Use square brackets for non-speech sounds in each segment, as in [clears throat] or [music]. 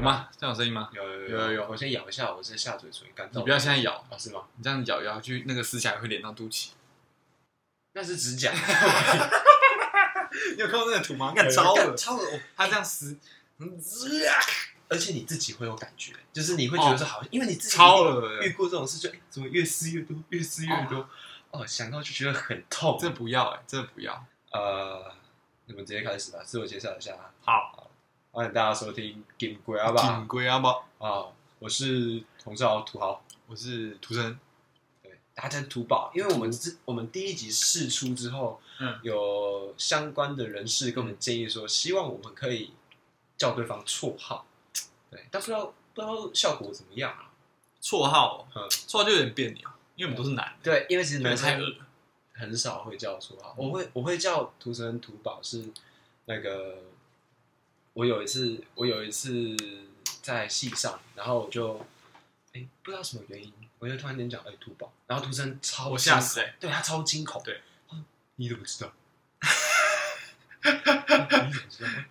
吗？这样有声音吗？有有有有有有我先咬一下，我这下嘴唇干你燥。不要现在咬，啊，是吗？你这样咬咬去，那个撕起来会连到肚脐。那是 [laughs] 指甲，你有看过那个图吗？有哎干超干恶，超恶。他这样撕，而且你自己会有感觉，就是你会觉得说好，因为你自己超恶遇过这种事，就哎怎么越撕越多，越撕越多，哦，想到就觉得很痛。这不要哎，这不要。呃，你们直接开始吧，自我介绍一下啊。好，欢迎大家收听《Game 鬼阿爸锦龟阿宝，》啊，我是同少土豪，我是涂生，对，大家土宝，因为我们之我们第一集试出之后，嗯有相关的人士跟我们建议说，希望我们可以叫对方绰号，对，但不知道不知道效果怎么样啊。绰号哦，嗯，绰号就有点别扭，因为我们都是男，对，因为其实男男太生恶了。很少会叫绰号，我会我会叫土生土宝是那个，我有一次我有一次在戏上，然后我就哎、不知道什么原因，我就突然间讲哎土宝，然后土生超我吓惊死恐欸对他超惊恐，对啊，你怎么知道？你怎么知道？啊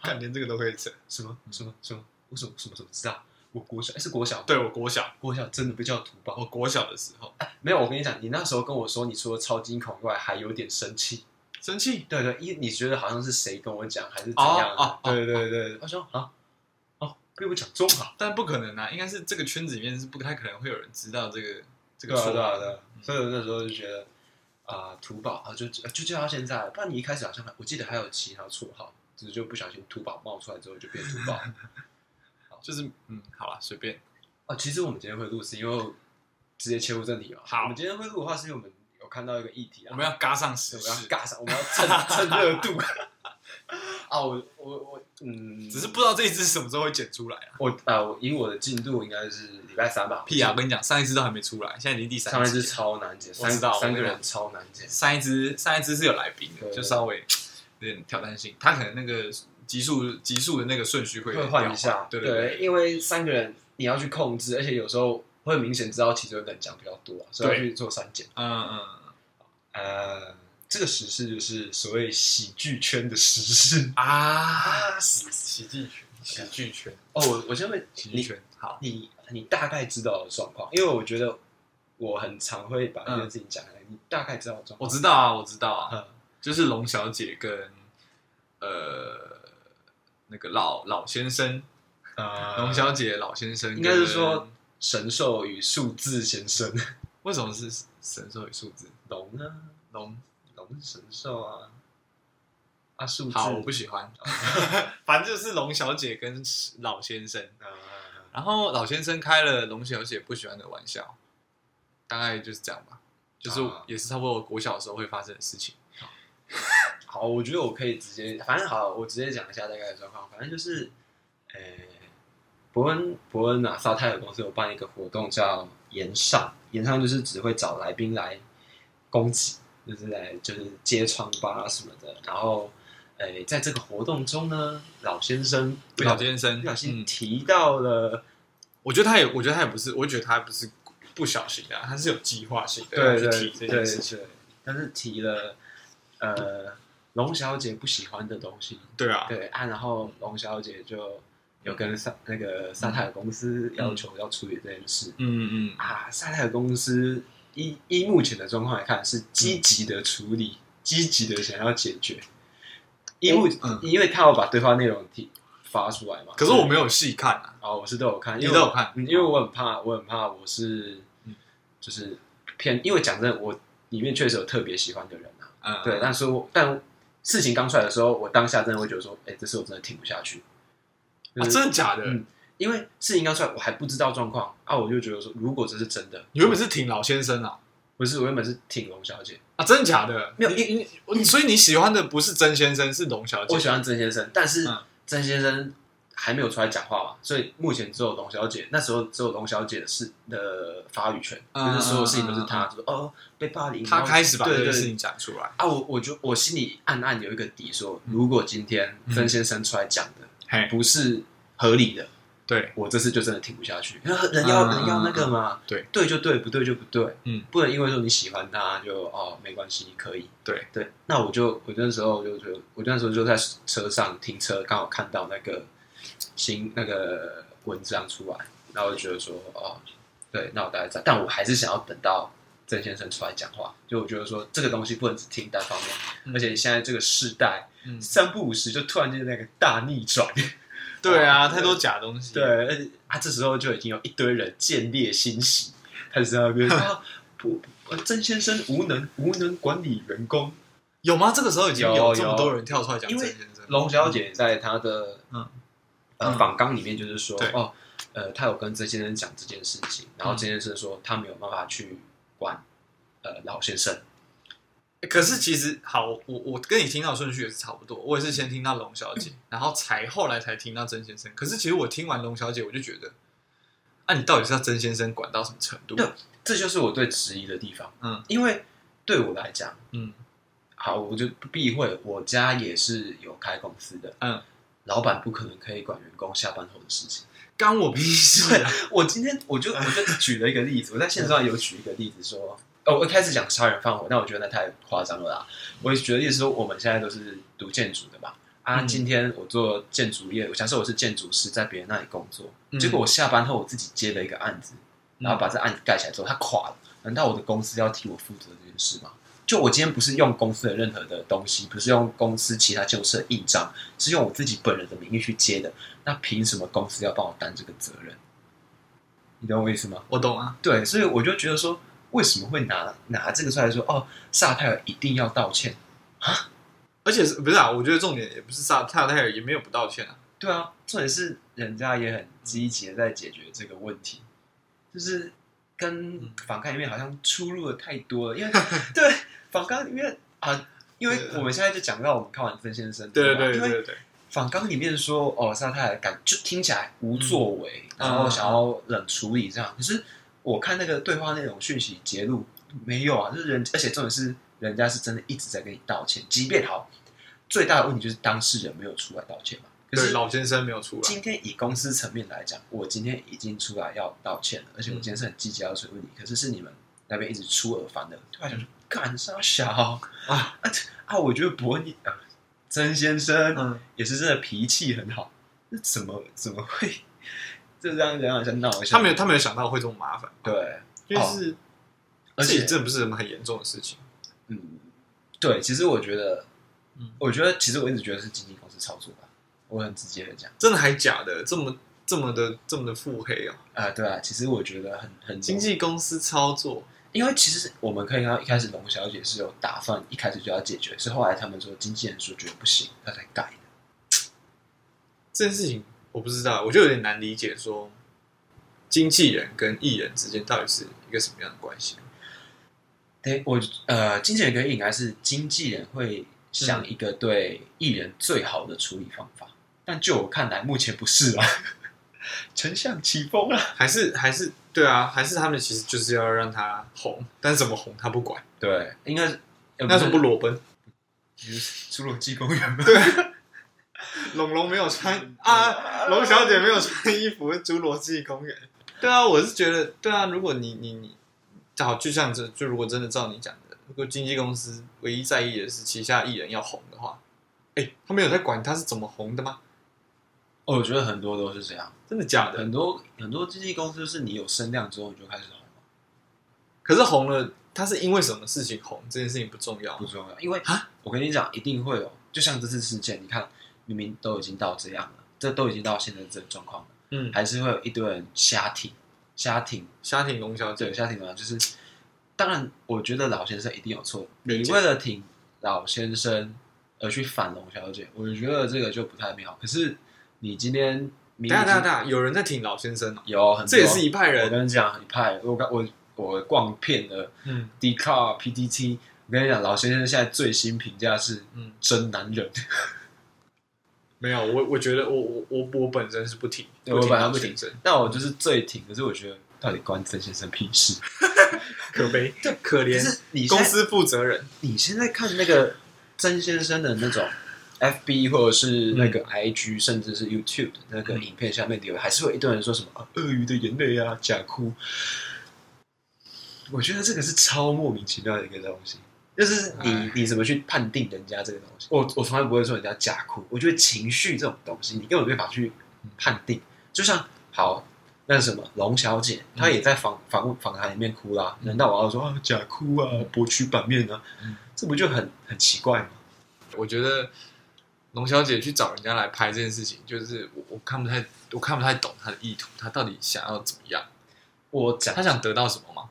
看连这个都可以整。什么什么什么？我什么什么什么知道？我国小哎、是国小，对我国小，国小真的不叫土宝，我国小的时候没有我跟你讲，你那时候跟我说你除了超惊恐以外，还有点生气。生气，对对，因你觉得好像是谁跟我讲，还是怎样？哦哦哦对对对对，他说啊，哦，被我讲中啊，但不可能啊，应该是这个圈子里面是不太可能会有人知道这个这这个个错绰对啊号对啊，所以我那时候就觉得啊，土宝啊，就就叫到现在了，不然你一开始好像还我记得还有其他绰号，只是就不小心土宝冒出来之后就变土 [laughs] 宝就是嗯，好了，随便。啊。其实我们今天会录是因为直接切入正题啊。好我们今天会录的话是因为我们有看到一个议题啊，我们要嘎上我时们要事，尬上，我们要蹭蹭热 [laughs] 度啊。我我我嗯，只是不知道这一支什么时候会剪出来啊。我啊，我以我的进度应该是礼拜三吧。屁啊！我跟你讲，上一支都还没出来，现在已经第三上一支支。超难解，我三知道三个我知道人超难解。上一支上一支是有来宾的，对就稍微有点挑战性，他可能那个级数级数的那个顺序会有会点换调一下，对对，因为三个人你要去控制，而且有时候会明显知道其中一个人讲比较多、啊，所以要对去做删减。嗯嗯呃，这个时事就是所谓喜剧圈的时事啊，啊。喜喜剧圈，喜剧圈，哦，我我先问喜剧你，圈，好，你你大概知道的状况，因为我觉得我很常会把这件事情讲来，你大概知道的状我况。知道啊，嗯我知道啊，嗯就是龙小姐跟呃那个老老先生，呃龙小姐老先生跟，嗯应该是说神兽与数字先生，为什么是神兽与数字龙呢？龙？龙是神兽啊，啊数字好，我不喜欢， [laughs] 反正就是龙小姐跟老先生，啊然后老先生开了龙小姐不喜欢的玩笑，大概就是这样吧，就是啊也是差不多我国小的时候会发生的事情。好，我觉得我可以直接，反正好，我直接讲一下大概的状况。反正就是，呃，伯恩伯恩啊，沙泰尔公司有办一个活动叫“延上”，延上就是只会找来宾来攻击，就是来就是揭穿吧什么的。然后，呃，在这个活动中呢，老先生不小老心先生，不小心嗯，提到了。我觉得他也，我觉得他也不是，我觉得他不是不小心的啊，他是有计划性的对要去对提这对件事情。对，但是提了呃龙小姐不喜欢的东西，对啊，对啊，然后龙小姐就有跟萨那个萨泰尔公司要求要处理这件事、嗯嗯，啊，萨泰尔公司依依目前的状况来看是嗯积极的处理，积极的想要解决，因为、嗯因为他有把对话内容提发出来嘛，可是我们。没有细看啊，哦，我是都有看，你因为都有我看嗯因为我很怕，我很怕我是嗯，就是偏，因为讲真的，我里面确实有特别喜欢的人嗯，啊，对，但是我但事情刚出来的时候，我当下真的会觉得说，哎、这次我真的挺不下去，就啊，是真的假的？嗯因为事情刚出来，我还不知道状况啊，我就觉得说，如果这是真的，你原本是挺老先生啊，不是我原本是挺龙小姐，啊，真的假的？没有你你你，所以你喜欢的不是曾先生，是龙小姐。我喜欢曾先生，但是嗯曾先生还没有出来讲话嘛，所以目前只有龙小姐，那时候只有龙小姐的事的发语权，嗯就是所有事情都是她，就是哦被霸凌，他开始把这对件对事情讲出来，啊，我我就我心里暗暗有一个底说如果今天曾先生出来讲的嗯嘿，不是合理的，对，我这次就真的挺不下去，因为人要、嗯人要那个嘛，对对就对，不对就不对，嗯，不能因为说你喜欢他就哦没关系可以，对对，那我就我那时候就就我那时候就在车上停车，刚好看到那个新那个文章出来，然后我就觉得说，哦，对，那我大概在，但我还是想要等到郑先生出来讲话，就我觉得说这个东西不能只听单方面，嗯而且现在这个世代嗯，三不五时就突然间那个大逆转，对啊，哇太多假东西。对，，而且啊，这时候就已经有一堆人见猎心喜，开始在那边说、 [laughs] 啊、不，呃郑先生无能，无能管理员工。有吗？这个时候已经有这么有多人跳出来讲郑因为先生，龙小姐在她的嗯呃嗯访纲里面就是说对，哦，呃，她有跟郑先生讲这件事情，然后嗯郑先生说他没有办法去管呃老先生，欸可是其实好，我我跟你听到顺序也是差不多，我也是先听到龙小姐，然后才后来才听到曾先生。可是其实我听完龙小姐，我就觉得，啊，你到底是要曾先生管到什么程度？对这就是我对质疑的地方。嗯，因为对我来讲，嗯好，我就不避讳，我家也是有开公司的，嗯，老板不可能可以管员工下班后的事情。干我屁事啊！ [laughs] 我今天我就我就举了一个例子，我在线上有举一个例子说，哦，我一开始讲杀人放火，但我觉得那太夸张了啦。我举的例子说，我们现在都是读建筑的嘛，啊，嗯今天我做建筑业，我假设我是建筑师，在别人那里工作，嗯结果我下班后我自己接了一个案子，然后把这案子盖起来之后，它垮了，难道我的公司要替我负责这件事吗？就我今天不是用公司的任何的东西，不是用公司其他旧社印章，是用我自己本人的名义去接的，那凭什么公司要帮我担这个责任？你懂我意思吗？我懂啊，对，所以我就觉得说，为什么会拿拿这个出来说？哦，萨泰尔一定要道歉。而且是不是啊？我觉得重点也不是萨萨泰尔也没有不道歉啊。对啊，重点是人家也很积极的在解决这个问题，就是跟嗯反抗里面好像出入的太 [laughs] 多了，因为对反抗里面啊，因为我们现在就讲到我们看完曾先生，对吧对对因为对对，反纲里面说哦，沙泰尔感就听起来无作为，嗯然后想要冷处理这样，可是我看那个对话内容讯息截录没有啊，就是人，而且重点是人家是真的一直在跟你道歉，即便好，最大的问题就是当事人没有出来道歉嘛，可对是老先生没有出来。今天以公司层面来讲，我今天已经出来要道歉了，嗯而且我今天是很积极要处理你，可是是你们那边一直出尔反尔，对我嗯来讲说干啥小啊啊啊！我觉得伯尼啊，曾先生嗯，也是真的脾气很好，那怎么怎么会 [laughs] 就这样这样想闹一下？他没有他没有想到会这么麻烦，哦对，就是而这也且真的不是什么很严重的事情。嗯，对，其实我觉得，嗯我觉得其实我一直觉得是经纪公司操作吧，我很直接的讲真的还假的？这么这么的这么的腹黑哦！啊，对啊，其实我觉得很很经纪公司操作，因为其实我们可以看到，一开始龙小姐是有打算一开始就要解决，是后来他们说经纪人说觉得不行，她才改的。这件事情我不知道，我就有点难理解说，经纪人跟艺人之间到底是一个什么样的关系？对，我呃，经纪人跟艺人应该是经纪人会嗯想一个对艺人最好的处理方法，但就我看来，目前不是啊，丞相起风啊。还是还是对啊？还是他们其实就是要让他红，但是怎么红他不管，对，应该是那为什么不裸奔？侏罗纪公园吗？龙龙没有穿啊，龙小姐没有穿衣服，侏罗纪公园。对啊，我是觉得，对啊，如果你你你，好，就像这就如果真的照你讲的，如果经纪公司唯一在意的是旗下艺人要红的话，哎，他没有在管他是怎么红的吗？哦，我觉得很多都是这样，真的假的？很多很多经纪公司是你有声量之后你就开始红了，可是红了，他是因为什么事情红？这件事情不重要不。重要，因为啊我跟你讲，一定会有，就像这次事件，你看，明明都已经到这样了，这都已经到现在这个状况了，嗯，还是会有一堆人瞎挺，瞎挺，虾挺龙小对，姐，瞎挺嘛，就是，当然，我觉得老先生一定有错，理你解为了挺老先生而去反龙小姐，我觉得这个就不太妙。可是你今天明明哒哒哒，有人在挺老先生哦，有很多，这也是一派我人。跟你讲，一派，我刚我我逛遍了嗯 d c a r PTT，我跟你讲，老先生现在最新评价是嗯，真男人。 [laughs] 没有，我我觉得我我我我本身是不挺，对我本来老不先挺生。但我就是最挺，可是我觉得到底关曾先生屁 [laughs] 事？可 [laughs] 悲，可可怜。是你公公司，司负责人，你现在看那个曾先生的那种嗯 FB 或者是那个 IG，、甚至是 YouTube 的那个嗯影片下面留言，还是会有一堆人说什么啊鳄鱼的眼泪啊，假哭。我觉得这个是超莫名其妙的一个东西，就是你哎你怎么去判定人家这个东西？我我从来不会说人家假哭，我觉得情绪这种东西你根本没法去判定。就像好，那什么龙小姐，她也在访访访谈里面哭啦、嗯难道我要说啊假哭啊，博取版面啊？嗯这不就很很奇怪吗？我觉得龙小姐去找人家来拍这件事情，就是我我看不太我看不太懂她的意图，她到底想要怎么样？我讲她想得到什么吗？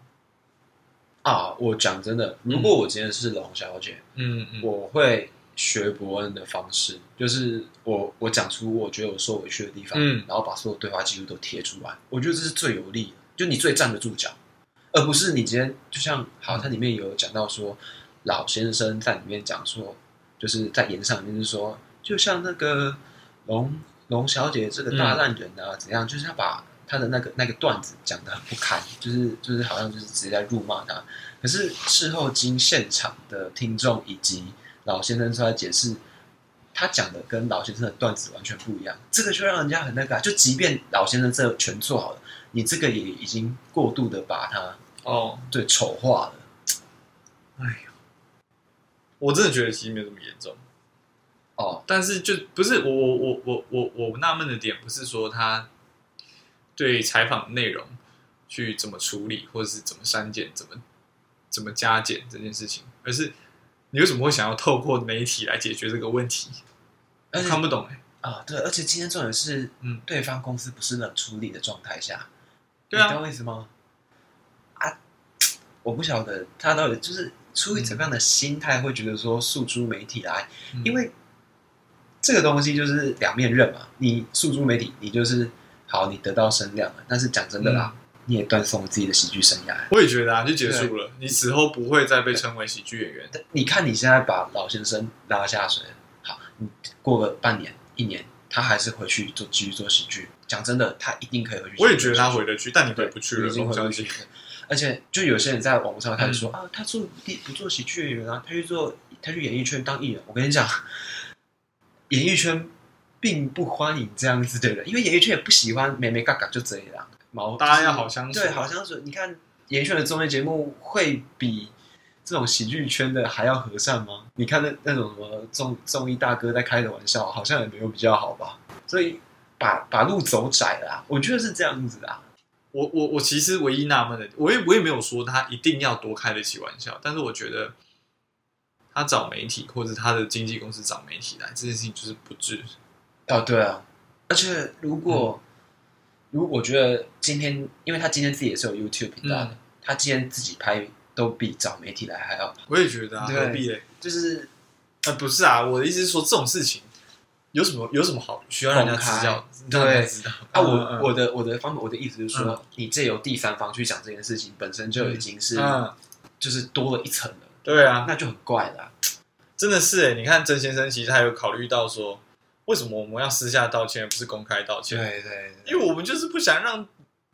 啊，我讲真的，如果我今天是龙小姐，嗯嗯，我会学伯恩的方式，就是我我讲出我觉得我受委屈的地方，嗯然后把所有对话记录都贴出来，我觉得这是最有利的，就你最站得住脚，而不是你今天就像好，它里面有讲到说，老先生在里面讲说，就是在言上里面就是说，就像那个龙龙小姐这个大烂人啊，怎样，就是要把他的那个那个段子讲的很不堪，就是就是好像就是直接在辱骂他。可是事后经现场的听众以及老先生出来解释，他讲的跟老先生的段子完全不一样，这个就让人家很那个、啊。就即便老先生这全做好了，你这个也已经过度的把他哦，对丑化了。我真的觉得其实没有这么严重，哦，但是就不是我我我我我我纳闷的点，不是说她对采访内容去怎么处理，或者是怎么删减、怎么怎么加减这件事情，而是你为什么会想要透过媒体来解决这个问题？我而且看不懂哎、啊，对，而且今天重点是，嗯嗯，对方公司不是冷处理的状态下，对啊你懂我意思吗？啊，我不晓得他到底就是出于怎么样的心态，会觉得说诉诸媒体来，嗯因为这个东西就是两面刃嘛。你诉诸媒体，你就是好，你得到声量了，但是讲真的啦，嗯你也断送了自己的喜剧生涯。我也觉得啊，就结束了，你此后不会再被称为喜剧演员。但你看你现在把老先生拉下水，好，你过个半年、一年，他还是回去做继续做喜剧。讲真的，他一定可以回去。我也觉得他回得去，但你回对不去了，嗯已经我回相不信去。了。而且，就有些人在网络上开始说、啊，他做不做喜剧演员啊，他去做他去演艺圈当艺人。我跟你讲，演艺圈并不欢迎这样子的人，因为演艺圈也不喜欢美美嘎嘎就这样，毛 [laughs] 大家要好相处对，好相处。你看演艺圈的综艺节目会比这种喜剧圈的还要和善吗？你看那那种什么综综艺大哥在开的玩笑，好像也没有比较好吧。所以把把路走窄了啊、我觉得是这样子啊。我我我其实唯一纳闷的，我也我也没有说他一定要多开得起玩笑，但是我觉得他找媒体或者他的经纪公司找媒体来这件事情就是不智。哦，对啊，而且如嗯果、如果我觉得今天，因为他今天自己也是有 YouTube 频道的，嗯他今天自己拍都比找媒体来还要，我也觉得啊，对何必嘞？就是呃，不是啊，我的意思是说这种事情有什么有什么好需要让人家知道，公让开人家知道啊，我、嗯嗯我的我的方我的意思就是说，嗯你借由第三方去讲这件事情，本身就已经是、嗯，就是多了一层了，对啊，那就很怪了啊、真的是哎，你看曾先生其实他有考虑到说，为什么我们要私下道歉，而不是公开道歉？对对，因为我们就是不想让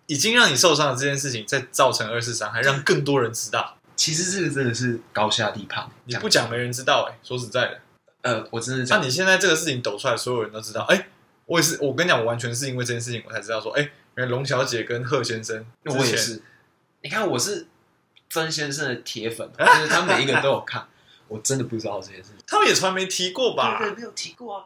已经让你受伤的这件事情再造成二次伤害，让更多人知道。其实这个真的是高下立判，你不讲没人知道哎，说实在的，呃，我真的那讲，你现在这个事情抖出来，所有人都知道。哎，我也是，我跟你讲，我完全是因为这件事情我才知道说，哎，原来龙小姐跟贺先生，我也，是。你看，我是曾先生的铁粉， [laughs] 就是他每一个都有看。我真的不知道这件事情，他们也从来没提过吧？对对，没有提过啊。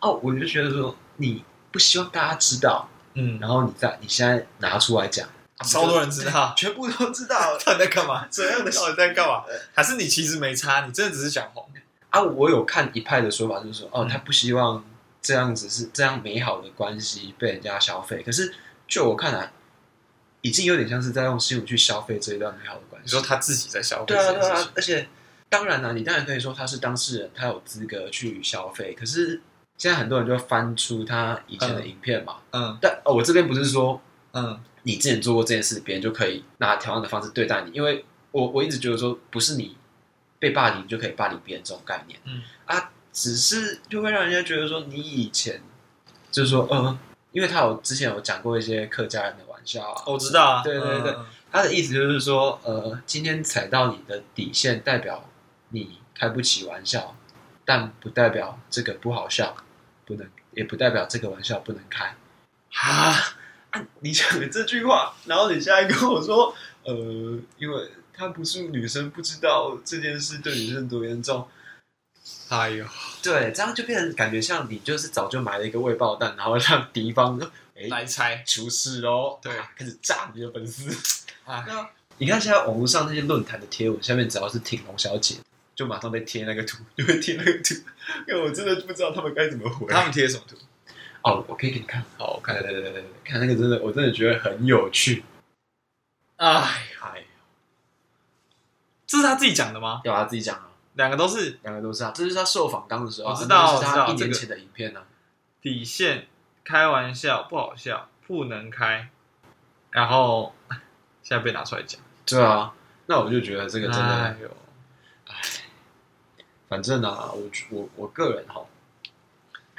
哦，我就觉得说，你不希望大家知道，嗯，然后你再你现在拿出来讲，啊超多人知道。全部都知道到底在干嘛？怎样的到底哦在干嘛？还是你其实没差，你真的只是想红？啊！我有看一派的说法，就是说，嗯哦，他不希望这样子是这样美好的关系被人家消费。可是，就我看来，已经有点像是在用新闻去消费这一段美好的关系你。说他自己在消费对这啊，件对事情啊，，而且当然啦、啊你当然可以说他是当事人，他有资格去消费。可是现在很多人就会翻出他以前的影片嘛。嗯但哦，我这边不是说嗯你之前做过这件事，别人就可以拿同样的方式对待你，因为我我一直觉得说，不是你被霸凌就可以霸凌别人这种概念。嗯啊，只是就会让人家觉得说，你以前就是说，呃，因为他有之前有讲过一些客家人的玩笑啊，我知道啊，对对对嗯，他的意思就是说，呃，今天踩到你的底线，代表你开不起玩笑，但不代表这个不好笑，不能，也不代表这个玩笑不能开。啊啊！你讲的这句话，然后你现在跟我说，呃，因为他不是女生，不知道这件事对女生多严重。哎呦，对，这样就变成感觉像你就是早就埋了一个未爆弹，然后让敌方，哎、哎来猜出事喽，对啊开始炸你的粉丝。啊，你看现在网络上那些论坛的贴文下面，只要是挺龙小姐，就马上被贴那个图， [laughs] 就会贴那个图，因为我真的不知道他们该怎么回。他们贴什么图？哦，我可以给你看，好，我看，看来来来来来，看那个真的，我真的觉得很有趣。哎，哎，这是他自己讲的吗？要他自己讲啊，两个都是两个都是啊，这是他受访刚的时候啊，我知道这是我知道他一这年个前的影片啊呢。底线，开玩笑不好笑，不能开，然后 [laughs] 现在被拿出来讲，对啊，那我就觉得这个真的哎，呦，反正啊，我我我个人哈，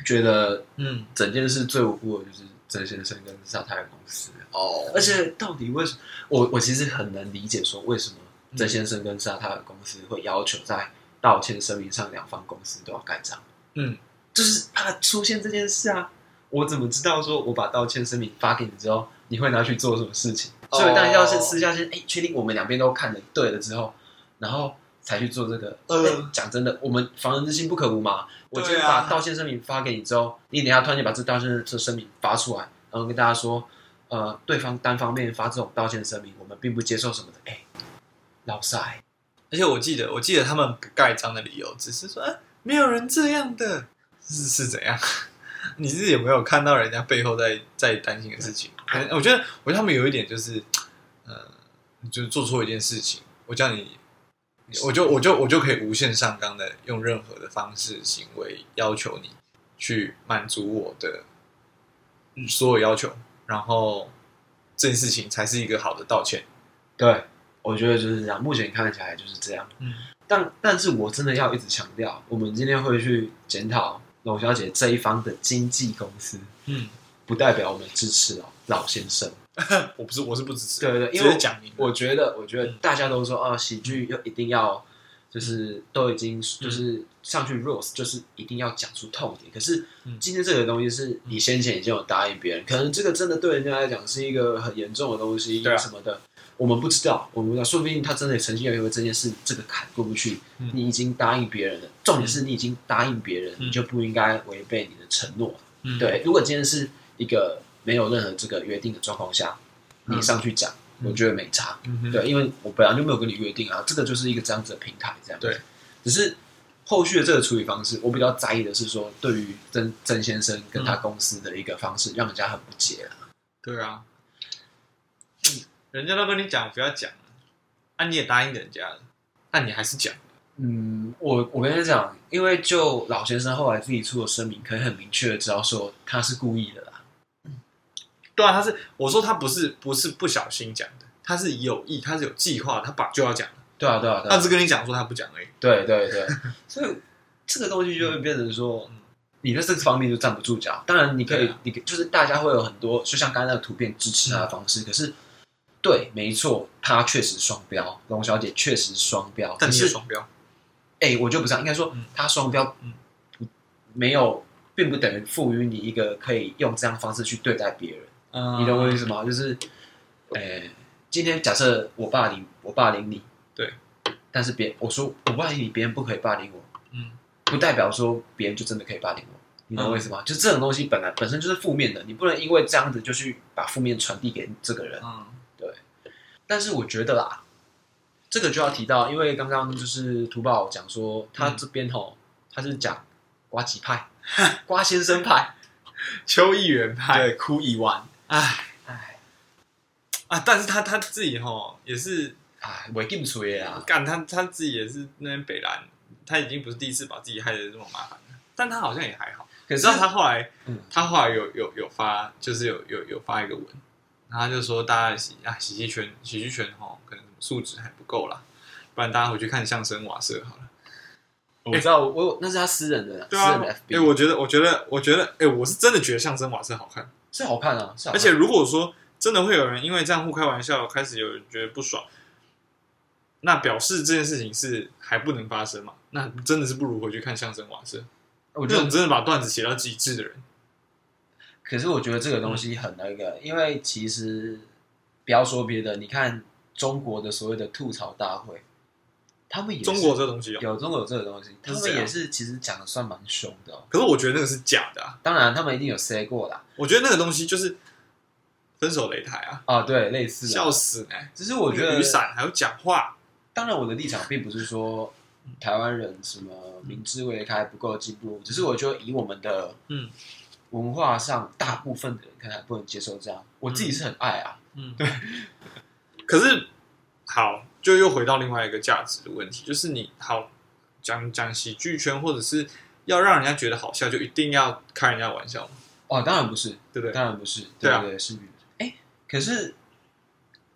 觉得嗯，整件事最无辜的就是曾先生跟沙泰尔公司。哦而且到底为什么？我我其实很能理解说为什么嗯曾先生跟沙塔尔公司会要求在道歉声明上两方公司都要盖章。嗯，就是怕出现这件事啊。我怎么知道说我把道歉声明发给你之后，你会拿去做什么事情？哦所以当然要先私下先哎确定我们两边都看的对了之后，然后才去做这个。嗯哎讲真的，我们防人之心不可无嘛。我今天对啊把道歉声明发给你之后，你等一下突然间把这道歉这声明发出来，然后跟大家说，呃，对方单方面发这种道歉声明，我们并不接受什么的。哎，老塞，而且我记得，我记得他们不盖章的理由只是说，啊、没有人这样的，是是怎样？ [laughs] 你自己有没有看到人家背后在在担心的事情？可能我觉得，我觉得他们有一点就是，呃，就是做错一件事情，我叫你，我就我就我就可以无限上纲的用任何的方式行为要求你去满足我的所有要求，然后这件事情才是一个好的道歉。对，我觉得就是这样。目前看起来就是这样。嗯，但但是我真的要一直强调，我们今天会去检讨龙小姐这一方的经纪公司，嗯，不代表我们支持老老先生。我不是我是不支持，对对对，因只为是讲明了我觉得，我觉得嗯大家都说啊，喜剧要一定要，就是都已嗯经就是上去 rules，就是一定要讲出痛点。可是嗯今天这个东西是你先前已经有答应别人，可能这个真的对人家来讲是一个很严重的东西，对啊什么的。我们不知道，我们不知道，说不定他真的曾经有因为这件事这个坎过不去。嗯你已经答应别人了，重点是你已经答应别人，嗯你就不应该违背你的承诺。嗯对，如果今天是一个没有任何这个约定的状况下，嗯你上去讲，嗯我觉得没差。嗯哼，对，因为我本来就没有跟你约定啊，这个就是一个这样子的平台，这样子对。只是后续的这个处理方式，我比较在意的是说，对于曾曾先生跟他公司的一个方式，让人家很不解啊。对啊，嗯人家都跟你讲不要讲了，啊，你也答应人家了，但你还是讲，嗯，我我跟你讲，因为就老先生后来自己出了声明，可以很明确的知道说他是故意的啦。对啊，他是我说他不是不是不小心讲的，他是有意，他是有计划，他把就要讲了，对啊，对啊，对啊他只跟你讲说他不讲而已，对对对， [laughs] 所以这个东西就会变成说嗯，你在这个方面就站不住脚。当然，你可以，对啊你可以就是大家会有很多，就像刚才那个图片支持他的方式。可是，对，没错，他确实双标，龙小姐确实双标。但可你也是，双标，哎、我就不知道，应该说嗯他双标，嗯没有，并不等于赋予你一个可以用这样方式去对待别人。嗯你懂我意思吗？就是，诶、今天假设我霸凌我霸凌你，对，但是别我说我霸凌你，别人不可以霸凌我，嗯，不代表说别人就真的可以霸凌我，你懂嗯我意思吗？就这种东西本来本身就是负面的，你不能因为这样子就去把负面传递给这个人。嗯，但是我觉得啦，这个就要提到，因为刚刚就是图宝讲说他嗯这边吼，他是讲瓜吉派、瓜先 [laughs] 生派，邱议员派，，哭一万，哎哎啊，但是他他自己吼也是哎，违禁锤啦。干他他自己也是那边北兰，他已经不是第一次把自己害得这么麻烦了，但他好像也还好。可你是知道他后来，嗯他后来有有有发，就是有有有发一个文，然后他就说大家的喜啊喜剧圈喜剧圈吼，可能素质还不够啦，不然大家回去看相声瓦舍好了。我知道，我有那是他私人的，私人的哎、 FB，、我觉得我觉得我觉得哎、我是真的觉得相声瓦舍好看，是好看啊，是好看而且如果说真的会有人因为这样互开玩笑，开始有人觉得不爽，那表示这件事情是还不能发生嘛？那真的是不如回去看相声瓦舍，我觉这种得，真的把段子写到极致的人，可是我觉得这个东西很那个，因为其实不要说别的，你看中国的所谓的吐槽大会，他们也是中国这东西哦、有中国有这个东西，他是这们样也是其实讲的算蛮凶的、哦，可是我觉得那个是假的啊。当然他们一定有 say 过啦，我觉得那个东西就是分手擂台啊，啊，对，类似的。笑死哎、只是我觉得雨，伞还有讲话，当然我的立场并不是说嗯台湾人什么明知未开不够进步，只是我就以我们的嗯文化上，大部分的人可能还不能接受这样。我自己是很爱啊，嗯，对。可是好，就又回到另外一个价值的问题，就是你好讲讲喜剧圈，或者是要让人家觉得好笑，就一定要开人家玩笑嘛，哦，当然不是，对不对？当然不是，对对啊对，是不是？哎，可是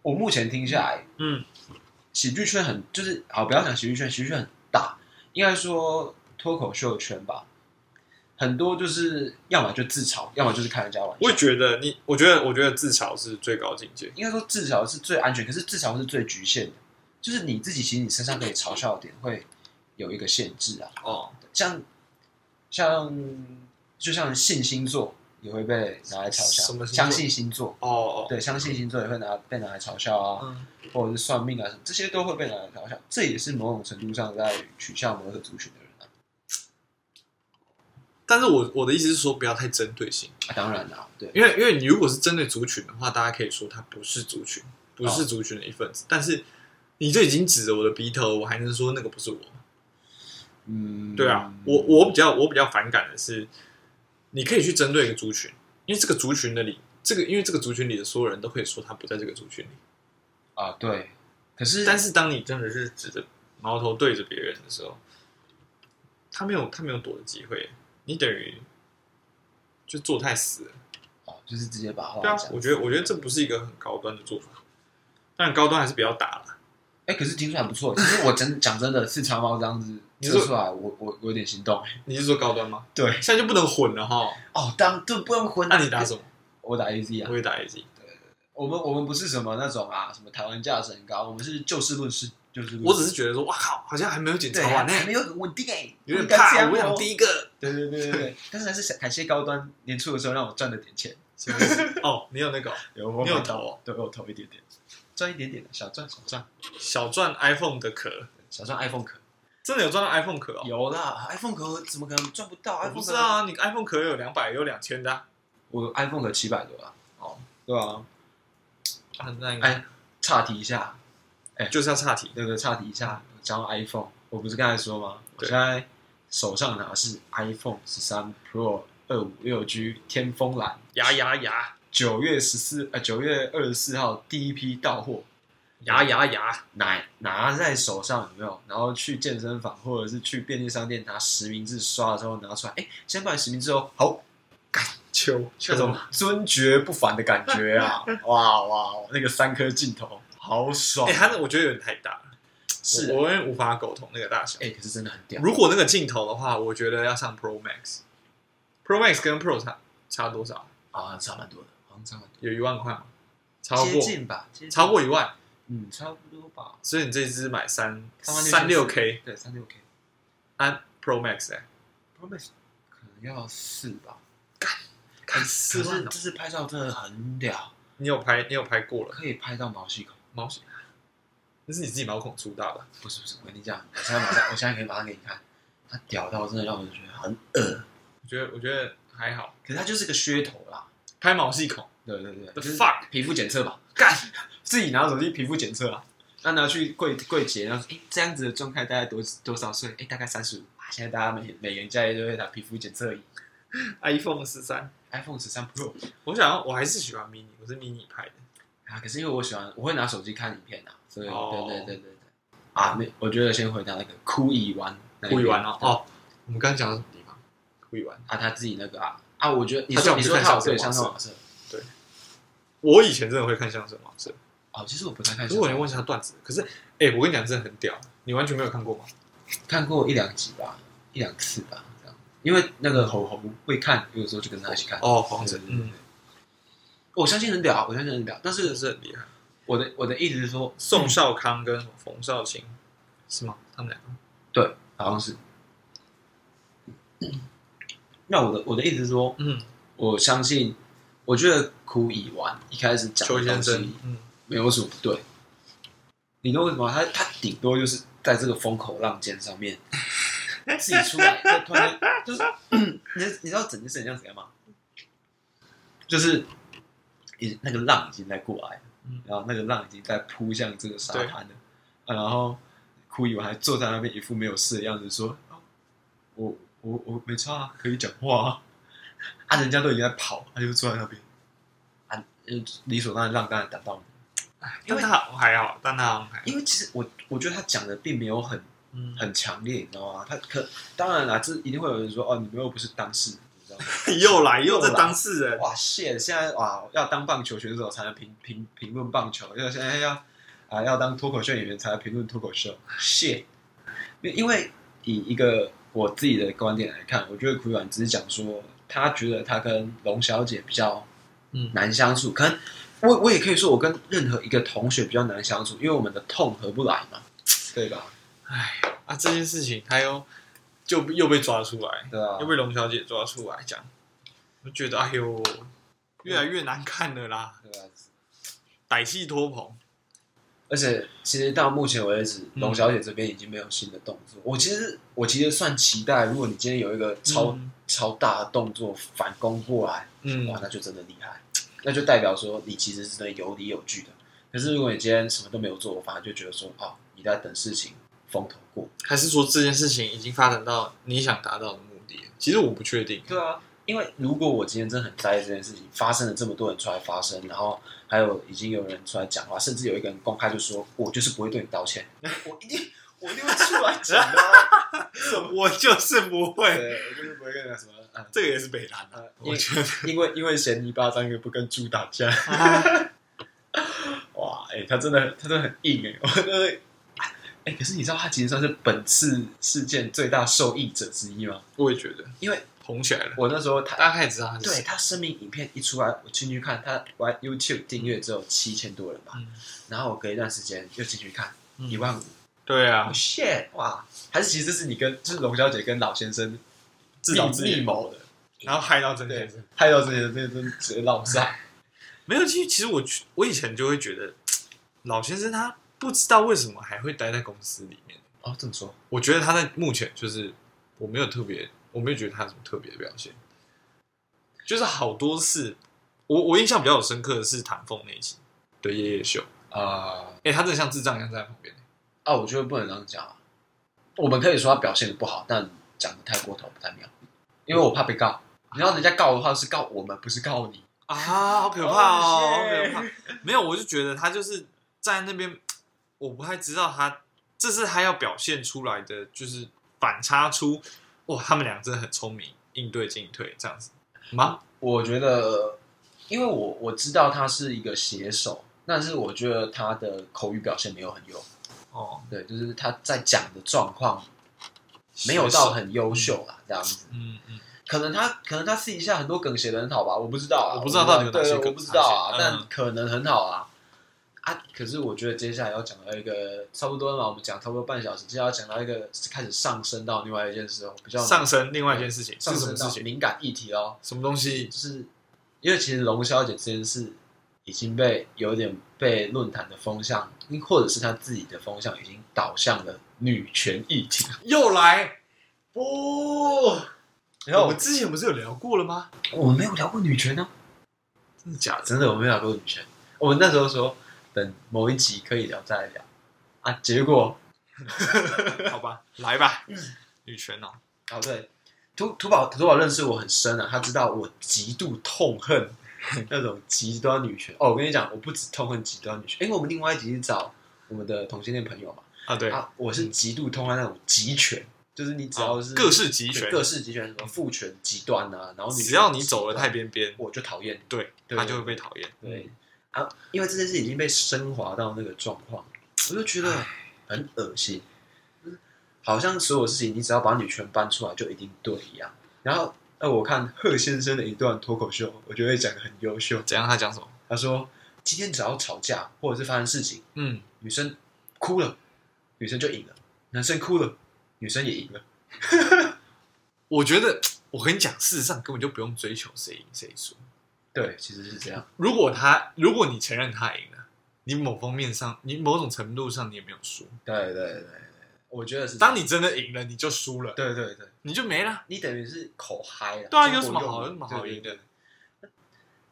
我目前听下来，嗯喜剧圈很就是好，不要讲喜剧圈，喜剧圈很大，应该说脱口秀圈吧，很多就是要么就自嘲，要么就是开人家玩笑。我也觉得你，我觉得我觉得自嘲是最高境界。应该说自嘲是最安全，可是自嘲是最局限的，就是你自己其实你身上可以嘲笑的点会有一个限制啊，哦，像像就像信星座也会被拿来嘲什么星笑，座相信星座。哦哦，对，相信星座也会拿被拿来嘲笑啊，嗯，或者是算命啊什么，这些都会被拿来嘲笑。这也是某种程度上在取笑某个族群的人啊。但是我我的意思是说，不要太针对性，啊当然啦、对，因为因为你如果是针对族群的话，大家可以说他不是族群，不是族群的一份子。但是你就已经指着我的鼻头，我还能说那个不是我？嗯，对啊，我我比较我比较反感的是，你可以去针对一个族群，因为这个族群的里，这个因为这个族群里的所有人都可以说他不在这个族群里。啊，对，可是但是当你真的是指着矛头对着别人的时候，他没有他没有躲的机会，你等于就做太死了。啊，就是直接把话对啊讲死。，我觉得我觉得这不是一个很高端的做法，但高端还是不要打了。哎、可是听出来不错。其实我真 [laughs] 讲真的，四长毛这样子你测说出来，我我我有点心动。 [laughs] 你是说高端吗？对，现在就不能混了哈。哦，当对不用 [laughs] 混。那你打什么？我打 AZ 啊我。也打 AZ。我们我们不是什么那种啊，什么台湾价值很高，我们是就事论事，就事论事。我只是觉得说，哇靠，好像还没有检对查啊，完呢，还没有很稳定哎，有点不应该这怕。样我哦想第一个。对对对对对，但是还是感谢高端年初的时候让我赚了点钱， [laughs] 什么意思哦，你有那个哦有我你有买投哦对，我有投一点点，赚一点点的小赚小赚，小赚 iPhone 的壳，小赚 iPhone 壳真的有赚到 iPhone 壳哦？有啦，iPhone 壳怎么可能赚不到我？iPhone 不壳知道啊，你 iPhone 壳有两百，有两千的啊。我 iPhone 壳七百多啦，哦，对啊，啊那应该哎，岔题一下，就是要岔题。那个岔题一下，讲到 iPhone，我不是刚才说吗？我对现在手上拿的是 iPhone 十三 Pro 二五六 G 天风蓝，牙牙牙九月十四呃九月二十四号第一批到货，牙牙牙，拿拿在手上有没有？然后去健身房或者是去便利商店拿实名制刷的时候拿出来，哎，先办实名制哦，好，秋这种尊爵不凡的感觉 [laughs] 啊！哇哇，哇那个三颗镜头好爽啊哎，，他那我觉得有点太大了，是啊我我有点无法苟同那个大小。哎，可是真的很屌，如果那个镜头的话，我觉得要上 Pro Max。Pro Max 跟 Pro 差差多少？啊，差蛮多的，好像差蛮多有一万块吗？超的，接过近吧，接近超过一万，嗯，差不多吧，所以你这支买三三万六三六 K 对，三六 K 按 Pro Max 哎， Pro Max 可能要四吧，看可四是万这次拍照真的很屌，你有拍，你有拍过了可以拍到毛细孔。毛线？那是你自己毛孔粗大吧？不是不是，我跟你讲，我现在马上，我现在可以马上给你看，他屌到真的让我觉得很恶，我觉得，我觉得还好。可是他就是个噱头啦。拍毛细孔对对对， ，the 就是 fuck，皮肤检测吧，干，自己拿手机皮肤检测啊，那拿去柜柜姐，然后说，哎，这样子的状态大概多多少岁？哎，大概三十五。啊现在大家每每个人家里都会拿皮肤检测仪，iPhone 十三。 ，iPhone 十三 Pro 我想要，我还是喜欢 mini，我是 mini 拍的。啊，可是因为我喜欢，我会拿手机看影片啊，所以、哦对对对对对，啊，没，我觉得先回答那个哭一湾，那一故意玩边哦，哦，我们刚刚讲到什么地方？故意玩。啊，他自己那个啊啊，我觉得你他叫说我们你去说看他相声有对相声网网社我以前真的会看相声王者，哦，其实我不太看相如声。果你问一下段子，可是，哎、我跟你讲，真的很屌，你完全没有看过吗？看过一两集吧，一两次吧，这样。因为那个猴猴会看，有时候就跟他一起看。哦，黄对哲，对对嗯，我相信很屌，我相信很屌。但这个是是很厉害。我的我的意思是说，宋少康跟冯绍卿是吗？他们两个对，好像是。那我的我的意思是说，嗯，我相信，我觉得苦已完，一开始讲邱的先东生西，嗯，没有什么不对。你懂我意思吗？他他顶多就是在这个风口浪尖上 [laughs] 面自己出来，就突然间 [coughs] 就是你知你知道整件事情像怎样吗？就是已经那个浪已经在过来了，嗯然后那个浪已经在扑向这个沙对滩了，啊然后酷友还坐在那边一副没有事的样子说：“哦我我我没差、啊，可以讲话啊。”啊，人家都已经在跑，他就坐在那边，啊，嗯理所当然浪当然打到你，因哎但为他好像还好，但他好像还好因为其实我我觉得他讲的并没有很嗯，很强烈，你知道吗？他可当然啦，这一定会有人说：“哦，你们又不是当事人，你知道吗？” [laughs] [laughs] 又来又又在来当事人，哇，shit！现在哇，要当棒球选手才能评评评论棒球，要现在要啊，要当脱口秀演员才能评论脱口秀，shit！因为因为以一个我自己的观点来看，我觉得苦软只是讲说，他觉得他跟龙小姐比较嗯难相处，可能我我也可以说，我跟任何一个同学比较难相处，因为我们的痛合不来嘛，对吧？哎啊，这件事情他又就又被抓出来，对啊又，被龙小姐抓出来讲，我觉得哎呦，越来越难看了啦，对啊。歹戏拖棚，而且其实到目前为止，嗯龙小姐这边已经没有新的动作。我其实我其实算期待，如果你今天有一个超、嗯超大的动作反攻过来，嗯哇，那就真的厉害，那就代表说你其实是真的有理有据的。可是如果你今天什么都没有做，我反而就觉得说，哦，你在等事情风头过。还是说这件事情已经发展到你想达到的目的？其实我不确定。对啊，因为如果我今天真的很在意这件事情，发生了这么多人出来发声，然后还有已经有人出来讲话，甚至有一个人公开就说，我就是不会对你道歉， [laughs] 我一定我一定会出来讲的啊、 [laughs] 我就是不会， [laughs] 对，我就是不会跟人家什么啊，这呃个也是北南的、啊因我为觉得。因为因为嫌泥巴脏，又不跟猪打架。 [laughs] 啊哇，哎、他真的他真的很硬哎、我真的哎、可是你知道他其实算是本次事件最大受益者之一吗？我也觉得因为红起来了，我那时候他大概知道他是对谁。他声明影片一出来，我进去看他玩 YouTube 订阅只有七千多人吧，嗯然后我隔一段时间又进去看嗯一万五、对啊 o，shit，哇，还是其实是你跟就是龙小姐跟老先生自导密自演密谋的，然后嗨到真对先生。，害到这些这真直接浪上。 [laughs] 没有，其实其实我去我以前就会觉得，老先生他不知道为什么还会待在公司里面。哦，这么说，我觉得他在目前就是我没有特别，我没有觉得他有什么特别的表现，就是好多次，我我印象比较有深刻的是唐凤那一集的夜夜秀，啊、哎、他真的像智障一样站在旁边。啊，我觉得不能这样讲啊。我们可以说他表现的不好，但讲的太过头不太妙，因为我怕被告。你要人家告的话是告我们，不是告你。啊，好可怕哦， Oh, 好可 shit 怕！没有，我就觉得他就是在那边，我不太知道他这是他要表现出来的，就是反差出哇，他们俩真的很聪明，应对进退这样子吗？我觉得，因为我我知道他是一个写手，但是我觉得他的口语表现没有很优，哦，对，就是他在讲的状况没有到很优秀啦，这样子。嗯嗯，可能他可能他私底下很多梗写的很好吧，我不知道啊，我不知道到底有哪些对梗我不知道他，啊写嗯但可能很好啊。啊，可是我觉得接下来要讲到一个差不多嘛，我们讲差不多半小时，接下来要讲到一个开始上升到另外一件事哦，比较上升另外一件事情上是什升么到事情？敏感议题哦，什么东西就？是因为其实龙小姐这件事已经被有点被论坛的风向，或者是她自己的风向已经导向了女权议题。又来不？然后我们之前不是有聊过了 [laughs] 吗？我没有聊过女权呢、真的假的？真的我没有聊过女权。我们那时候说等某一集可以聊再聊啊，结果好吧，来吧，嗯女权哦，哦对，土土宝土宝认识我很深啊，他知道我极度痛 [laughs] 恨那种极端女权。哦，我跟你讲，我不止痛恨极端女权，因为我们另外一集是找我们的同性恋朋友嘛，啊对，啊，我是极度痛恨那种极权，就是你只要是、哦各式集权对，各式极权，什么父权极端啊，然后女权只要你走了太极边边，端，我就讨厌你。对，对他就会被讨厌。对啊，因为这件事已经被升华到那个状况，我就觉得很恶心。好像所有事情你只要把女权搬出来就一定对一样。然后，呃，我看贺先生的一段脱口秀，我觉得讲的很优秀。怎样？他讲什么？他说，今天只要吵架或者是发生事情，嗯，女生哭了，女生就赢了；男生哭了，女生也赢了。我觉得我跟你讲，事实上根本就不用追求谁赢谁输。对，其实是这样。如果他，如果你承认他赢了，你某方面上，你某种程度上你也没有输。对对对对，我觉得是这样。当你真的赢了，你就输了，对对对，你就没了。啊你等于是口嗨了。对啊，中有国什么用好语有什么好赢？对对的对？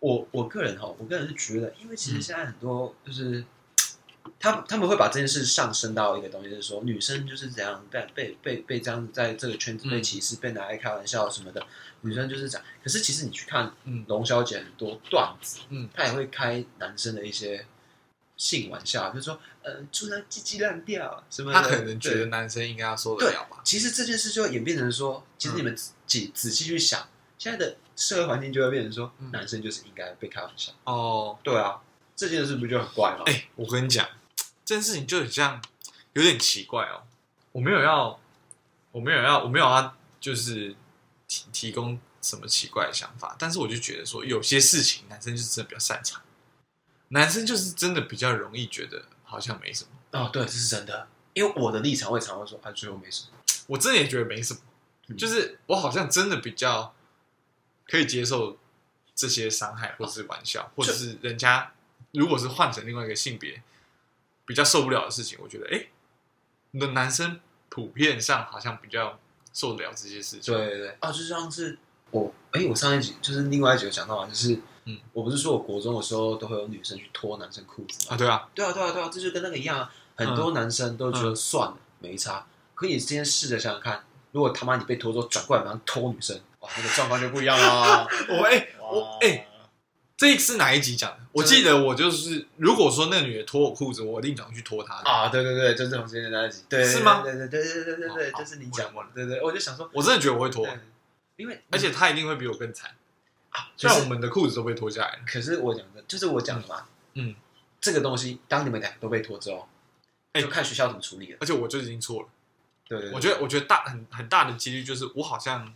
我我个人哈，我个人是觉得，因为其实现在很多就是，他他们会把这件事上升到一个东西，就是说女生就是怎样被被被被这样子在这个圈子被嗯歧视、被拿来开玩笑什么的，女生就是这样。可是其实你去看嗯龙小姐很多段子，嗯，她也会开男生的一些性玩笑，就是说，呃，祝他鸡鸡烂掉什么的。他可能觉对得男生应该要受得对了吧？其实这件事就会演变成说，其实你们仔仔仔细去想，现在的社会环境就会变成说，嗯男生就是应该被开玩笑。哦，对啊，这件事不就很怪吗？哎、我跟你讲，这件事情就很像，有点奇怪哦。我没有要，我没有要，我没有要，就是提提供什么奇怪的想法，但是我就觉得说，有些事情男生就是真的比较擅长，男生就是真的比较容易觉得好像没什么。哦，对，这是真的。因为我的立场会常会说啊，最后没什么，我真的也觉得没什么，嗯就是我好像真的比较可以接受这些伤哦害或是玩笑，或者是人家如果是换成另外一个性别比较受不了的事情，我觉得哎，诶那、男生普遍上好像比较受得了这些事情。对，对对，啊，就像是我，哎，我上一集就是另外一集有讲到嘛，就是，嗯，我不是说我国中的时候都会有女生去脱男生裤子啊，吗？对啊，对啊，对啊，对啊，这就跟那个一样啊，很嗯多男生都觉得算了，没差。可你今天试着想想看，如果他妈你被脱之后转过来马上偷女生，哇，那个状况就不一 [laughs] 样了。哦我哎、诶我哎、这是哪一集讲的？我记得我就是，如果说那女的脱我裤子，我一定想去脱她的。啊，对对对，就是同性恋那一集，对，是吗对对对对对对对，好好就是你讲我过了了，对对，我就想说，我真的觉得我会脱对，，因为而且她一定会比我更惨。啊，虽就然是我们的裤子都被脱下来了，可是我讲的，就是我讲的嘛，嗯嗯，这个东西，当你们两个都被脱之后，哎就看学校怎么处理了。而且我就已经错了。对对，对我觉得，我觉得大很很大的几率就是我好像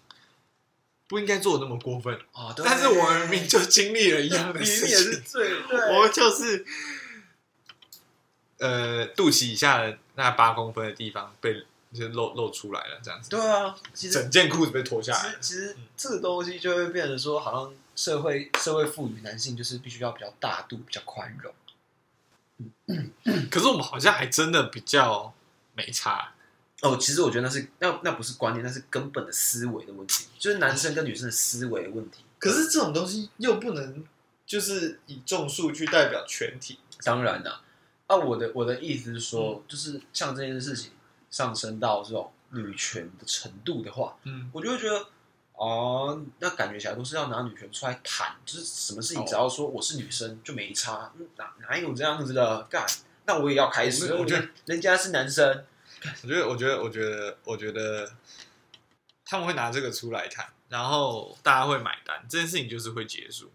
不应该做的那么过分，哦，对但是我明明就经历了一样明的明也事情是，最对，我就是呃肚脐以下的那八公分的地方被就露露出来了，这样子，对啊，其实整件裤子被脱下其来实了，其实嗯这个东西就会变成说，好像社会社会赋予男性就是必须要比较大度、比较宽容。可是我们好像还真的比较没差，哦，其实我觉得那是那那不是观念，那是根本的思维的问题，就是男生跟女生的思维问题。可是这种东西又不能就是以众数去代表全体，当然啦、啊，我的我的意思是说，就是像这件事情上升到这种女权的程度的话，嗯，我就会觉得，哦、那感觉起来都是要拿女权出来谈，就是什么事情哦只要说我是女生就没差，嗯哪哪有这样子的干？那我也要开始，我觉得人家是男生，我觉得，我觉得，我觉得，我觉得他们会拿这个出来看，然后大家会买单，这件事情就是会结束。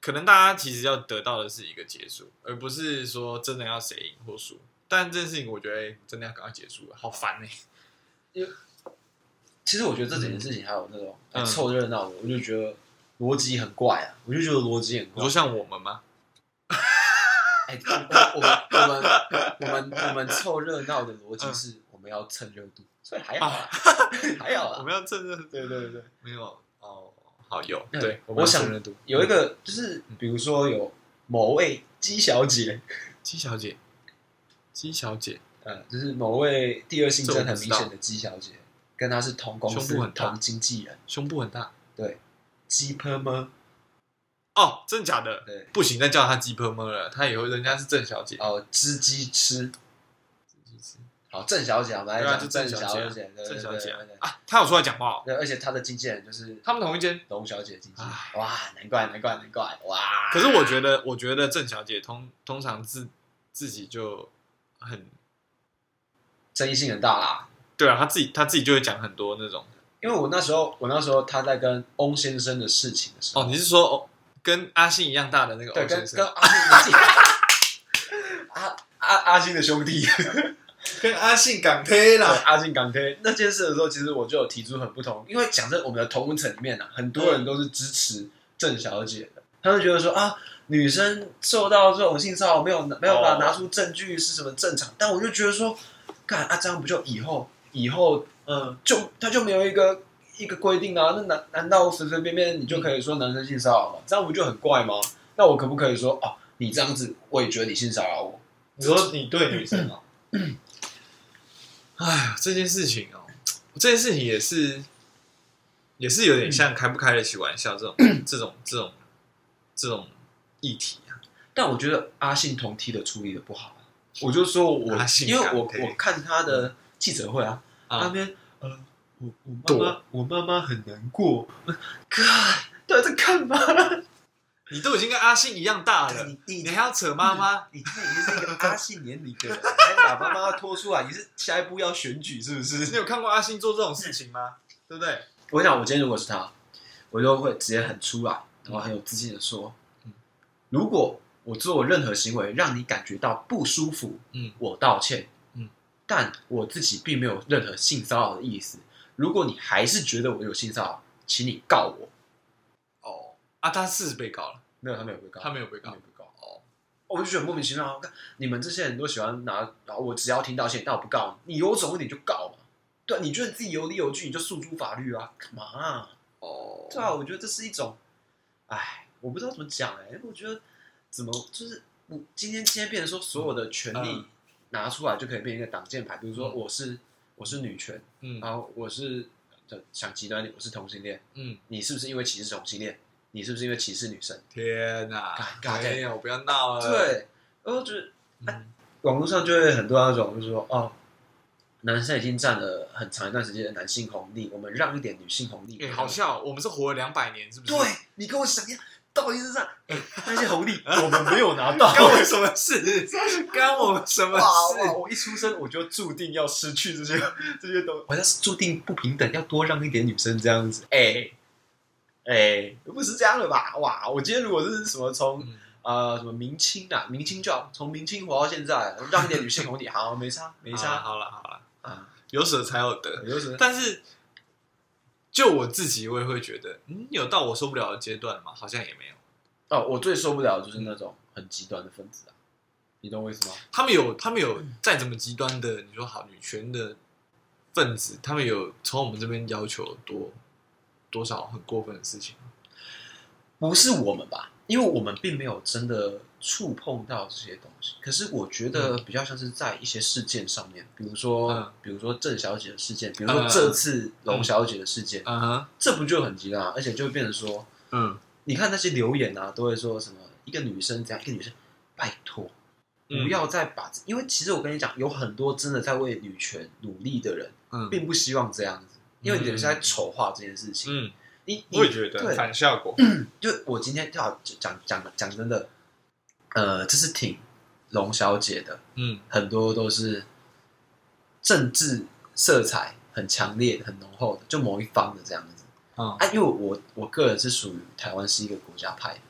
可能大家其实要得到的是一个结束，而不是说真的要谁赢或输。但这件事情，我觉得哎真的要赶快结束了，好烦呢、欸其实我觉得这整件事情还有那种、嗯哎凑热闹的，我就觉得逻辑很怪啊，我就觉得逻辑很你怪说。像我们吗？哎，我们我们我们我们我们凑热闹的逻嗯辑是，我们要蹭热度，所以还好啦，还好啊啊我啦。们要趁热度对对对，没有哦，好有嗯对，我们要想趁热度有一个就是，比如说有某位姬小姐，姬小姐，姬小姐，呃，就是某位第二性征很明这我显不的姬小姐，跟她是同公司胸部很大同经纪人，胸部很大对，鸡婆吗？哦，真假的？对，不行，再叫她鸡婆么了，她以后人家是郑小姐。哦，知鸡吃，好，郑小姐，我们来对啊就讲哎郑郑小小姐啊姐，对郑对小对姐对对啊，她有出来讲话哦，对，而且她的经纪人就是他们同一间。龙小姐的经纪人唉，哇，难怪难怪难怪，哇！可是我觉得，我觉得郑小姐通通常自自己就很争议性很大啦。对啊，她自己她自己就会讲很多那种因为我那时候，我那时候他在跟翁先生的事情的时候，哦，你是说哦，跟阿信一样大的那个对，欧跟先跟生，阿信 [laughs] 的事情，阿阿阿信的兄弟， [laughs] 跟阿信港推对，阿信港推那件事的时候，其实我就有提出很不同，因为讲真，我们的同文层里面啊，很多人都是支持郑小姐的，他们觉得说啊，女生受到这种性骚扰没有没有办哦法拿出证据是什么正常，但我就觉得说，干啊，这样不就以后以后呃嗯，就他就没有一个一个规定啊？那难难道随随便便你就可以说男生性骚扰吗？这样不就很怪吗？那我可不可以说哦，你这样子我也觉得你性骚扰我？你说你对女生哦，哎呀，这件事情哦，这件事情也是也是有点像开不开得起玩笑这种这种这种这种议题啊。但我觉得阿信同梯的处理的不好啊，我就说我阿信因为我敢踢我看他的记者会啊，那啊，边呃，我我妈妈躲，我妈妈很难过。哥到底在干嘛？你都已经跟阿信一样大了，你你你还要扯妈妈？你自己是一个阿信年龄的人，还把妈妈拖出来，你是下一步要选举是不你是？有看过阿信做这种事情吗？嗯对不对？我想，我今天如果是他，我就会直接很出来，然后很有自信的说，嗯如果我做任何行为让你感觉到不舒服，嗯我道歉，嗯，但我自己并没有任何性骚扰的意思。如果你还是觉得我有性骚扰，请你告我。哦，啊，他是被告了，没有，他没有被告，他没有被告没有被告。哦，我就觉得莫名其妙。看你们这些人都喜欢拿，然后我只要听道歉，但我不告你，你有种你就告嘛。对，啊你觉得自己有理有据，你就诉诸法律啊，干嘛啊、哦对啊，我觉得这是一种，哎，我不知道怎么讲哎、我觉得怎么就是我今天今天变成说所有的权利嗯拿出来就可以变成一个挡箭牌，比如说嗯我是我是女权，嗯然后我是呃想极端一点，我是同性恋，嗯，你是不是因为歧视同性恋？你是不是因为歧视女生？天哪尴，尬没有，不要闹了。，对，然后就是嗯网络上就会很多那种，就是说哦，男生已经占了很长一段时间的男性红利，我们让一点女性红利。哎，好笑，我们是活了两百年，是不是？对，你跟我想一样，到底是这 [laughs] 样。哎、那些红利 [laughs] 我们没有拿 [laughs] 到干我什么 [laughs] 事？干我什么哇！哦事？我一出生我就注定要失去这些 [laughs] 这些东西，好像是注定不平等，要多让一点女生这样子。哎、哎、不是这样的吧？哇！我今天如果是什么从嗯呃什么明清啊，明清就好，从明清活到现在，让一点女性红利，好，没差没好啦差好了好了，啊。有舍才有得。有什么？但是就我自己，我也会觉得，嗯，有到我受不了的阶段吗？好像也没有。哦，我最受不了就是那种很极端的分子啊，你懂我意思吗？他们有，他们有嗯再怎么极端的，你说好女权的分子，他们有从我们这边要求多多少很过分的事情吗。不是我们吧？因为我们并没有真的触碰到这些东西。可是我觉得比较像是在一些事件上面，比如说，嗯比如说郑小姐的事件，比如说嗯这次龙小姐的事件，嗯哼，这不就很极端啊？而且就会变成说，嗯你看那些留言啊，都会说什么一个女生怎样，一个女生，拜托嗯不要再把，因为其实我跟你讲，有很多真的在为女权努力的人，嗯并不希望这样子，因为你等于是在丑化这件事情。嗯，你你我也觉得对反效果。就我今天要讲讲讲真的，呃，这是挺龙小姐的，嗯很多都是政治色彩很强烈、很浓厚的，就某一方的这样子嗯啊。因为我我个人是属于台湾是一个国家派的，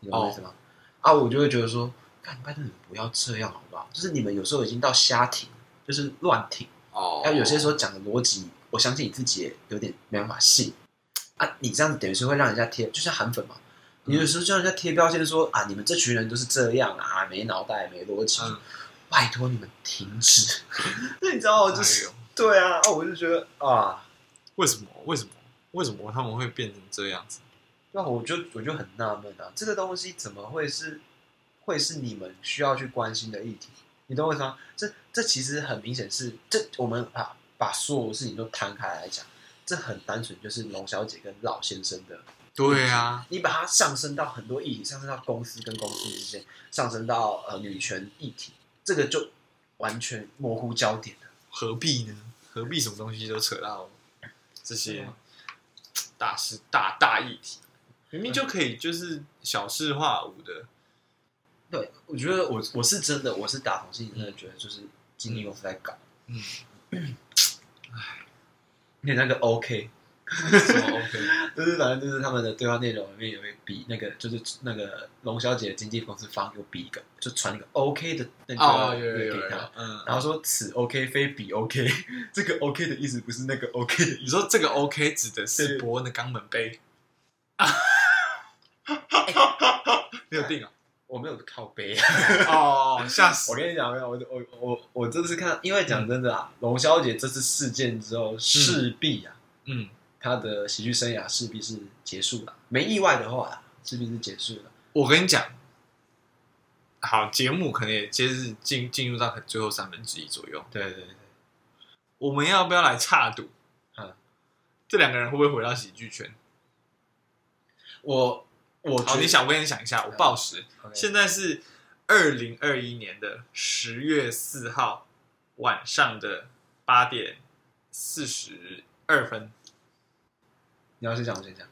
你懂我意哦思吗？啊，我就会觉得说，干拜托你们不要这样好不好？就是你们有时候已经到瞎挺，就是乱挺。哦那有些时候讲的逻辑，我相信你自己也有点没办法信啊。你这样子等于是会让人家贴，就像韩粉嘛，你有时候叫人家贴标签说啊，你们这群人都是这样啊，没脑袋，没逻辑。嗯拜托你们停止！ [laughs] 那你知哎道，哦就是、对啊，啊，我就觉得啊，为什么？为什么？为什么他们会变成这样子？对啊，我就我就很纳闷啊，这个东西怎么会是会是你们需要去关心的议题？你懂我意思吗？这这其实很明显是这我们把把所有事情都摊开来讲，这很单纯就是龙小姐跟老先生的，对啊，你把它上升到很多议题，上升到公司跟公司之间，上升到呃女权议题，这个就完全模糊焦点了。何必呢？何必什么东西都扯到这对些啊大事大大议题？明明就可以就是小事化无的。对，我觉得我我是真的，我是打从心里真的觉得，就是经纪公司在搞。嗯， [clears throat] 你那个 OK，什么哦 OK？就是反正就是他们的对话内容里面有一个比那个，就是那个龙小姐的经纪公司方有比一个，就传一个 OK 的那哦，个有有有给有他，，嗯。然后说此 OK 非彼 OK，这 [laughs] 个 OK 的意思不是那个 OK 的意你思。说这个 OK 指的是哎对伯恩的肛门杯？ [laughs] 你有病啊！我没有靠背啊。哦，吓死！我跟你讲，没有，我我我我这次看，因为讲真的啊，龙小姐这次事件之后，势必啊，嗯她的喜剧生涯势必是结束了，没意外的话啊，势必是结束了。我跟你讲，好，节目可能也接是进进入到可能最后三分之一左右。对对对，我们要不要来岔赌？嗯，这两个人会不会回到喜剧圈？我我觉好，得哎你想，我给你想一下，我报时， OK 现在是二零二一年的十月四号晚上的八点四十二分，你要先讲，我先讲。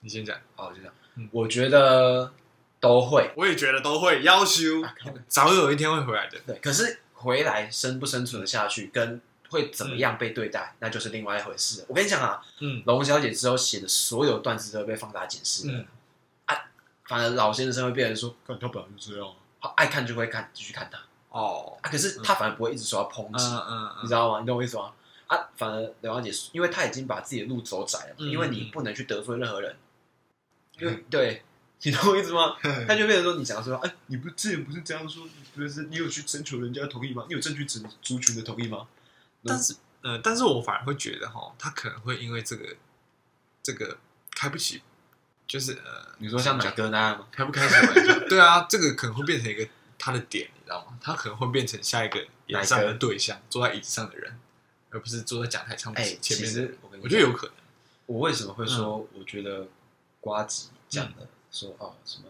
你先讲。好，我先讲嗯。我觉得都会，我也觉得都会要求，早有一天会回来的。对。可是回来生不生存得下去，跟会怎么样被对待，那就是另外一回事了。我跟你讲啊，嗯龙小姐之后写的所有段子都会被放大检视的，嗯反而老先生会变成说，看他本来就这样。啊好爱看就会看，继续看他。哦，啊，可是他反而不会一直受到抨嗯击，嗯你嗯知道吗？你懂我意思吗？啊，反而刘小姐，因为她已经把自己的路走窄了嘛，嗯因为你不能去得罪任何人，因为嗯对，你懂我意思吗？嗯，她就变成说，你想说，哎、你不之前不是这样说，你不是你有去征求人家的同意吗？你有征求整族群的同意吗？但是，呃，但是我反而会觉得哈，他可能会因为这个，这个开不起，就是呃，你说像怎么奶讲哥那样吗？开不开什玩笑？对啊，这个可能会变成一个他的点，你知道吗？他可能会变成下一个演上哪一的个对象，坐在椅子上的人，而不是坐在讲台上哎、面其前面的人。实我跟你我觉得有可能。我为什么嗯会说，我觉得瓜吉讲的说哦什么，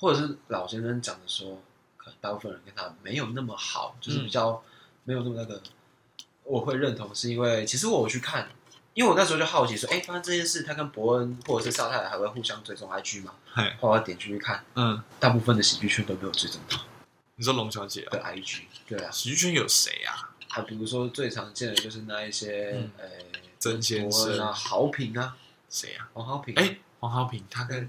或者是老先生讲的说，可能大部分人跟他没有那么嗯好，就是比较没有那么那个，我会认同，是因为其实我有去看，因为我那时候就好奇说，哎，发现这件事，他跟伯恩或者是邵太还会互相追踪 IG 嘛嗨，后来点进去看，嗯，大部分的喜剧圈都没有追踪他你说龙小姐啊，的 IG，对啊，喜剧圈有谁啊？啊，比如说最常见的就是那一些嗯，呃，曾先伯生恩啊，豪平啊，谁啊？王豪平啊，哎，黄豪平，他跟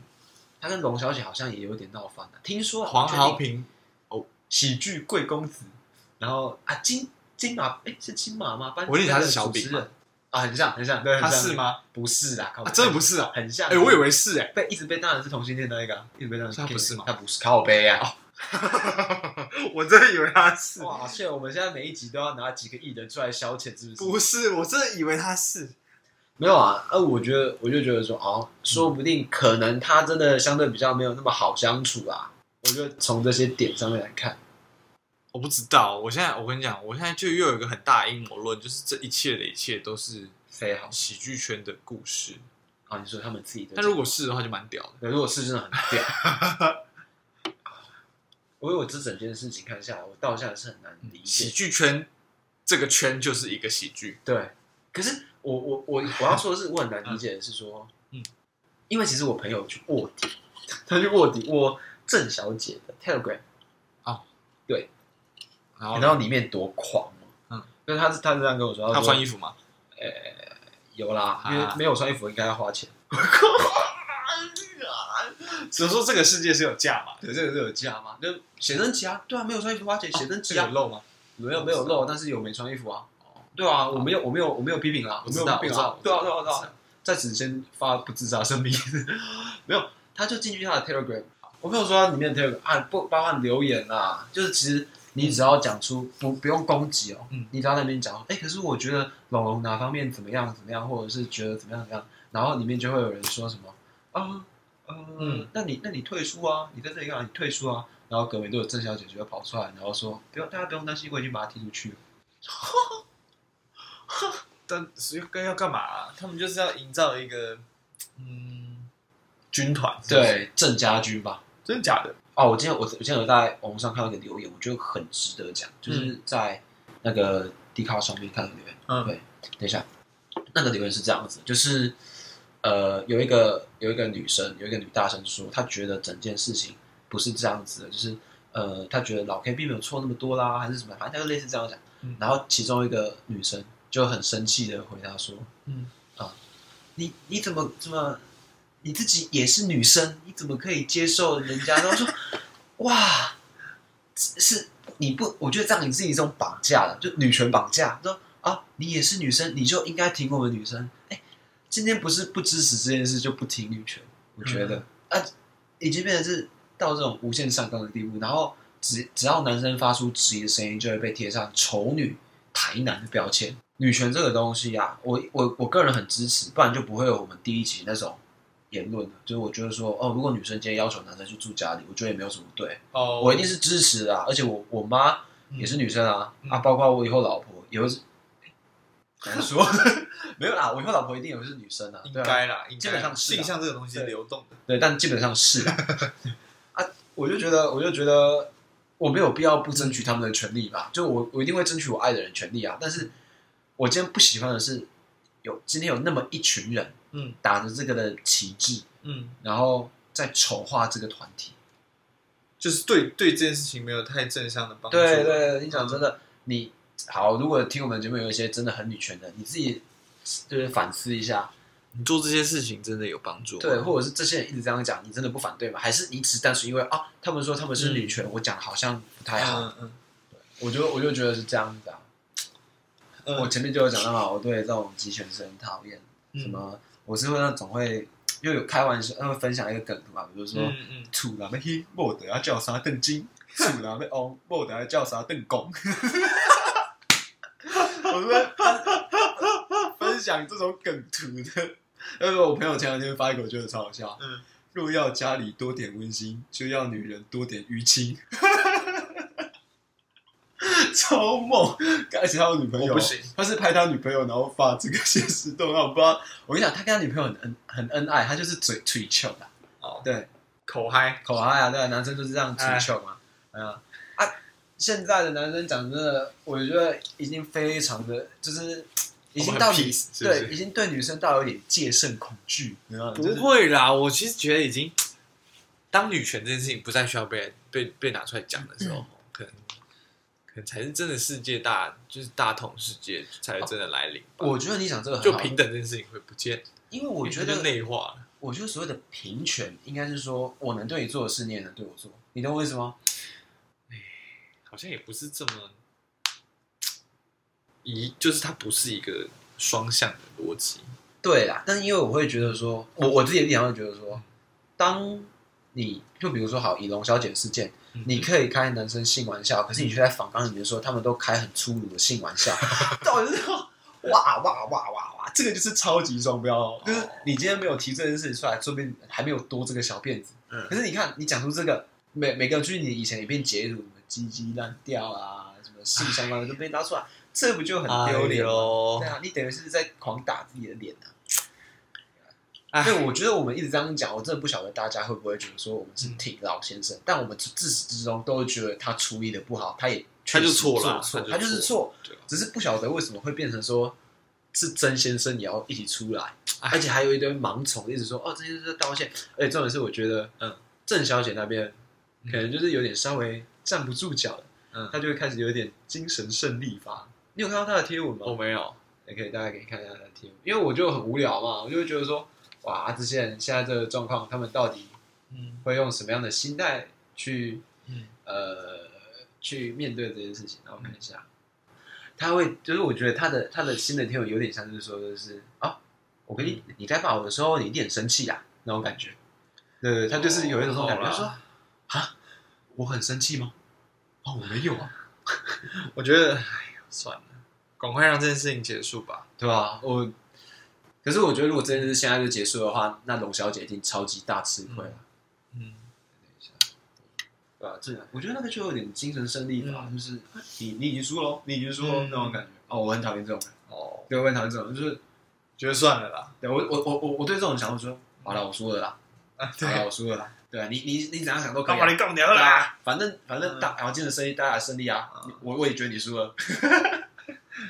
他跟龙小姐好像也有点闹翻了、听说黄豪豪平喜剧贵公子，然后啊金金马哎是金马吗？班我以为他是小丙主持人啊，很像很像，对，很他像是？吗？不是啦，靠啊，真的不，是啊！很像。哎，我以为是哎。被一直被当然是同性恋那一个啊，一直被当然他不是吗他不是靠背啊！ [laughs] 我真的以为他是哇，现在我们现在每一集都要拿几个艺人出来消遣，是不是？不是，我真的以为他是。没有啊，呃，我觉得我就觉得说，哦，说不定可能他真的相对比较没有那么好相处啊。我觉得从这些点上面来看，我不知道，我现在我跟你讲，我现在就又有一个很大的阴谋论，就是这一切的一切都是谁好喜剧圈的故事。啊？你说他们自己的，但如果是的话，就蛮屌的。对，如果是真的很屌。我有这整件事情看下来，我到现在是很难理喜解。剧圈这个圈就是一个喜剧，对，可是我我我我要说的是，我很难理解的是说，嗯，因为其实我朋友去卧底， [laughs] 他去卧底卧郑小姐的 Telegram，然你后知道里面多狂吗？哦嗯，因为他是他是这样跟我说，他说穿衣服嘛，有啦，因为啊没有穿衣服应该要花钱。只能说这个世界是有价嘛，对，这个是有加吗？就写真集啊，对啊，没有穿衣服花钱，写真集啊，漏吗？没有没有漏，但是有没穿衣服啊？对啊，我没有我没有我没有批评啊，我没知有道批评我知啊道，对啊我知对啊道对啊，在此先发不自杀声明， [laughs] 没有，他就进去他的 Telegram，我朋友说他里面的 Telegram 啊不包含留言啦，就是其实你只要讲出不不用攻击哦嗯，你只要在那边讲，哎，可是我觉得老龙哪方面怎么样怎么样，或者是觉得怎么样怎么样，然后里面就会有人说什么啊。呃嗯，那你那你退出啊，你在这里干嘛？你退出啊，然后葛梅都有郑小姐就会跑出来，然后说不用，大家不用担心，我已经把他踢出去了。但是跟要干嘛、啊他们就是要营造一个嗯军团，是不是，对，郑家军吧。真的假的？哦，我今天我我今天有在网上看到一个留言，我觉得很值得讲，就是在那个 d 卡上面看到留言。嗯对等一下，那个留言是这样子，就是呃，有一个有一个女生，有一个女大生说，她觉得整件事情不是这样子的，就是呃，她觉得老 K 并没有错那么多啦，还是什么，反正她就类似这样讲。嗯然后其中一个女生就很生气的回答说，啊嗯你你怎么怎么你自己也是女生，你怎么可以接受人家？然后说 [laughs] 哇，是是你不，我觉得这样你是一种绑架了，就女权绑架。说啊，你也是女生，你就应该挺我们女生。哎，今天不是不支持这件事就不挺女权，我觉得、啊，已经变成是到这种无限上纲的地步。然后只只要男生发出质疑的声音，就会被贴上丑女、台男的标签。女权这个东西啊，我我我个人很支持，不然就不会有我们第一集那种言论了。就是我觉得说，哦，如果女生今天要求男生去住家里，我觉得也没有什么不对，哦我一定是支持的、啊。而且我我妈也是女生啊，嗯 [laughs] 啊，包括我以后老婆也会是，难说， [laughs] 没有啦，我以后老婆一定也是女生啊，应对啊该啦，应该啦基本上是啊性向这个东西对流动的，对，但基本上 [laughs] 是啊，啊我就觉得，我就觉得我没有必要不争取他们的权利吧，就我我一定会争取我爱的人权利啊，但是我今天不喜欢的是有今天有那么一群人，嗯，打着这个的旗帜，嗯，然后在丑化这个团体，就是对对这件事情没有太正向的帮助。对，对，你讲真的，你好，如果听我们节目有一些真的很女权的，你自己就是反思一下，你做这些事情真的有帮助吗。啊对，或者是这些人一直这样讲，你真的不反对吗？还是你只是单纯因为啊，他们说他们是女权，我讲好像不太好，嗯嗯我就我就觉得是这样子啊。嗯，我前面就有讲到嘛，我对这种集权是很讨厌，嗯什么我是会那种会又有开玩笑，会分享一个梗图嘛，比如说。嗯嗯，土啦要黑，莫得要叫啥邓 [laughs] 金；土啦要 [laughs] 翁，莫得要叫啥邓公。我是分享这种梗图的，因为我朋友前两天发一个，我觉得超好笑。嗯，若要家里多点温馨，就要女人多点淤青。 [laughs] 超猛！而且他有女朋友，我不行他是拍他女朋友，然后发这个现实动态，我不知道。我跟你讲，他跟他女朋友很恩很恩爱，他就是嘴嘴臭的，哦，对，口嗨，口嗨啊，对啊，男生就是这样追求嘛，哎呀啊，现在的男生讲真的，我觉得已经非常的，就是已经到我们很女 peace，是不是对，已经对女生到有点戒慎恐惧，你知道吗？不会啦，我其实觉得已经当女权这件事情不再需要被被被拿出来讲的时候，可能可能才是真的世界大，就是大同世界才会真的来临吧。我觉得你讲这个很就好，平等这件事情会不见，因为我觉因为就得，内化了。我觉得所谓的平权，应该是说我能对你做的事，你也能对我做，你懂我意思吗？好像也不是这么一，就是它不是一个双向的逻辑。对啦，但是因为我会觉得说，我我自己的立场会觉得说，当你就比如说好以龙小姐事件，嗯你可以开男生性玩笑，可是你却在访纲里面说他们都开很粗鲁的性玩笑，到底是说哇哇哇哇哇，这个就是超级双标哦，就是你今天没有提这件事情出来，说不定还没有多这个小辫子。嗯可是你看，你讲出这个，每每个据你以前也变截图，什么鸡鸡烂掉啊，什么性相关的都被拿出来，这不就很丢脸吗？哦对。啊，你等于是在狂打自己的脸啊！哎对，我觉得我们一直这样讲，我真的不晓得大家会不会觉得说我们是嗯挺老先生，但我们自始至终都觉得他处理的不好，他也他确实就错了啊做错，他他就就是错错对啊，只是不晓得为什么会变成说是曾先生也要一起出来，哎而且还有一堆盲从一直说哦，曾先生在道歉，而且重点是我觉得，嗯嗯，郑小姐那边嗯可能就是有点稍微站不住脚了，嗯她就会开始有点精神胜利法。你有看到她的贴文吗？我没有，也可以大家可以看一下他的题目，因为我就很无聊嘛，我就会觉得说，哇，这些人现在这个状况，他们到底嗯会用什么样的心态去嗯呃去面对这件事情？让我看一下，他会就是我觉得他的他的新的贴文有点像是说就是啊，我跟你你该骂我的时候，你一定很生气啊那种感觉，对对，他就是有一种这种感觉，哦他说啊，我很生气吗？哦，我没有啊， [laughs] 我觉得，哎呀，算了，赶快让这件事情结束吧。对吧、我，可是我觉得如果这件事现在就结束的话，那龙小姐一定超级大吃亏啊了，嗯，对吧、这我觉得那个就有点精神胜利法，嗯就是你你已经输了，你已经输了、嗯那种感觉。哦，我很讨厌这种人，哦，对，我很讨厌这种人，就是觉得算了啦。对我我我我我对这种人想法说，好了，我输了啦，啊，好了，我输了啦，对啊，你你你怎样想都可以、干嘛啊你。杠娘对啦？啊，反正反正大，然后精神胜利，大家的胜利啊！嗯我我也觉得你输啊了，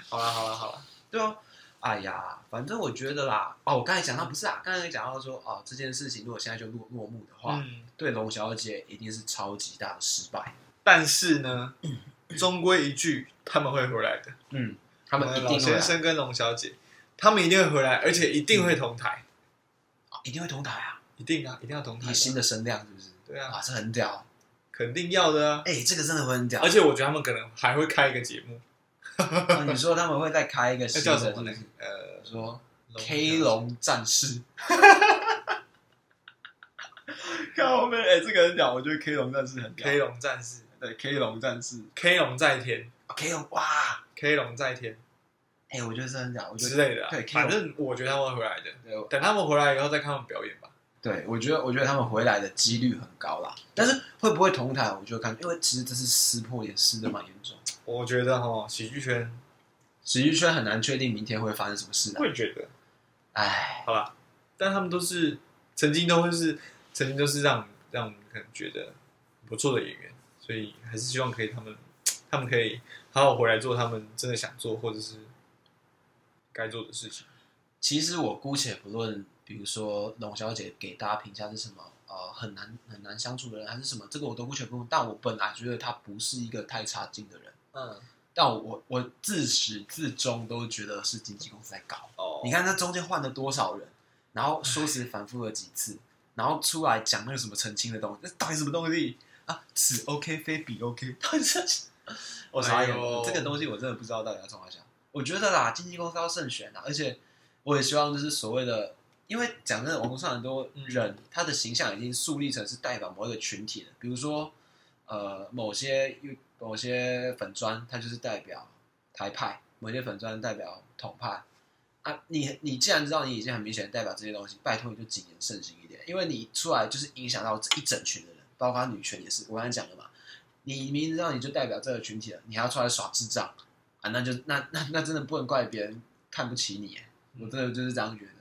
好了好了好了，对啊，哎呀，反正我觉得啦，哦，我刚才讲到不是啊，刚才讲到说，哦，这件事情如果现在就落落幕的话，嗯，对龙小姐一定是超级大的失败。但是呢，终归一句，他们会回来的。嗯，他们一老定会先啊、生跟龙小姐，他们一定会回来，而且一定会同台，一定会同台啊，一定啊，一定要同台以的。新的声量是不是？对啊，哇，这很屌！肯定要的啊。哎、这个真的会很屌。而且我觉得他们可能还会开一个节目，哦你说他们会再开一个那新叫的，什是么不呢是？呃说龙 K 龙战 [laughs] 士，看后面，哎、这个很屌，我觉得 K 龙战士很屌。 ，K 龙战士对 K 龙战士， ，K 龙在天哦 K 龙哇， ，K 龙在天哎、我觉得这很屌，我觉之得类的啊。对 K 龙反正我觉得他们会回来的。对我等他们回来以后再看他们表演吧。对，我觉得我觉得他们回来的几率很高啦，但是会不会同台，我就看，因为其实这次撕破脸撕的蛮严重。我觉得哈，喜剧圈体育圈很难确定明天会发生什么事、啊。我也觉得，唉，好吧，但他们都是曾经都会是曾经都是让让我们可能觉得不错的演员，所以还是希望可以他们他们可以好好回来做他们真的想做或者是该做的事情。其实我姑且不论，比如说龙小姐给大家评价是什么，呃，很难很难相处的人还是什么，这个我都姑且不论。但我本来觉得她不是一个太差劲的人，嗯，但我我自始至终都觉得是经纪公司在搞。哦，你看他中间换了多少人，然后说辞反复了几次，然后出来讲那个什么澄清的东西，那到底什么东西啊？此 OK 非彼 OK，到 [laughs] 底是？我傻眼哎呦了，这个东西我真的不知道到底要冲哪想。我觉得啦，经纪公司要慎选啊啦，而且我也希望就是所谓的，因为讲真的，网络上很多人他的形象已经树立成是代表某一个群体了，比如说呃某些某些粉砖，它就是代表台派，某些粉砖代表统派。啊，你你既然知道你已经很明显地代表这些东西，拜托你就谨言慎行一点，因为你出来就是影响到这一整群的人，包括女权也是。我刚才讲了嘛，你明知道你就代表这个群体了，你还要出来耍智障啊，那就那那那真的不能怪别人看不起你耶，我真的就是这样觉得。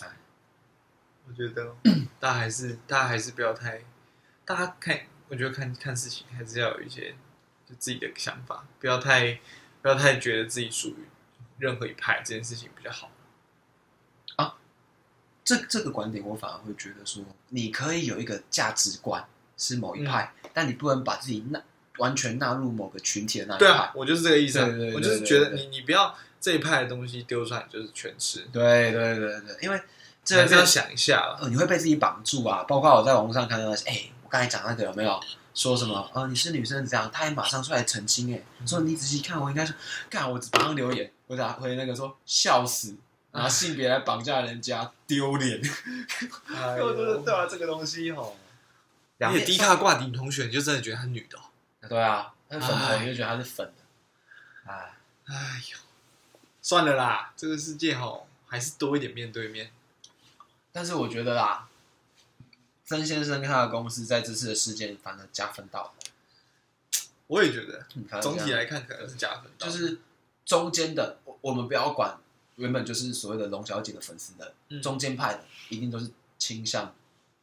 哎哎我觉得 [coughs] 大家还是大家还是不要太，大家看，我觉得看看事情还是要有一些就自己的想法，不要太不要太觉得自己属于任何一派这件事情比较好。这这个观点，我反而会觉得说，你可以有一个价值观是某嗯一派，但你不能把自己纳完全纳入某个群体的那一对派啊。，我就是这个意思、啊，对对对我就是觉得对对你你不要这一派的东西丢出来就是全吃，对对对对，因为这还个是要想一下啊啦。呃，你会被自己绑住啊。包括我在网络上看到那些，哎、我刚才讲那个有没有说什么？呃，你是女生怎样？他还马上出来澄嗯清、哎，说你仔细看，我应该说，干，我马上留言，我打回那个说笑死，拿性别来绑架人家，丢脸。哎我觉得呦对啊，这个东西吼，你也低卡挂你同学，你就真的觉得她女的、哦。对啊，他是粉哎的，你就觉得他是粉的，哎，哎呦，算了啦，这个世界好还是多一点面对面。但是我觉得啦。曾先生跟他的公司在这次的事件反而加分到了，我也觉得，嗯反而总加体分来看可能是加分，就是中间的，我我们不要管原本就是所谓的龙小姐的粉丝的、嗯中间派的，一定都是倾向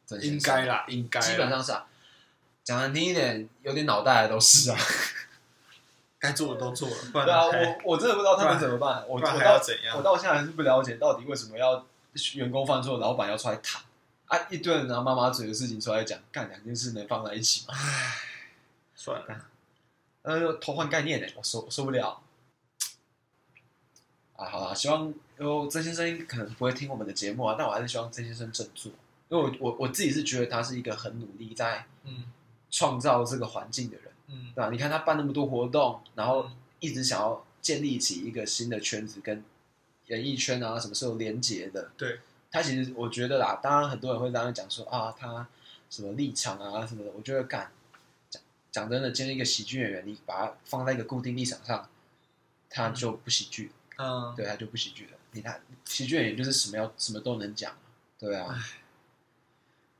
郑先生应该，啦，应该啦基本上是啊。讲难听一点，有点脑袋的都 [laughs] 是啊。该做的都做了，不对然啊，还我我真的不知道他们怎么办，我不我然还到要怎我样？到现在还是不了解到底为什么要员工犯错，老板要出来谈啊，一堆人拿妈妈嘴的事情出来讲，干两件事能放在一起吗？算了，呃，偷换概念呢、我受我受不了。啊，好啦，希望呃曾先生可能不会听我们的节目啊，但我还是希望曾先生振作，因为我我我自己是觉得他是一个很努力在嗯创造这个环境的人，嗯对吧、你看他办那么多活动，然后一直想要建立起一个新的圈子，跟演艺圈啊什么是有连结的。对，他其实我觉得啦，当然很多人会当然讲说啊，他什么立场啊什么的，我觉得干讲讲真的，今天一个喜剧演员，你把他放在一个固定立场上，他就不喜剧，嗯，对，他就不喜剧了。你看喜剧演员就是什么要什么都能讲，对啊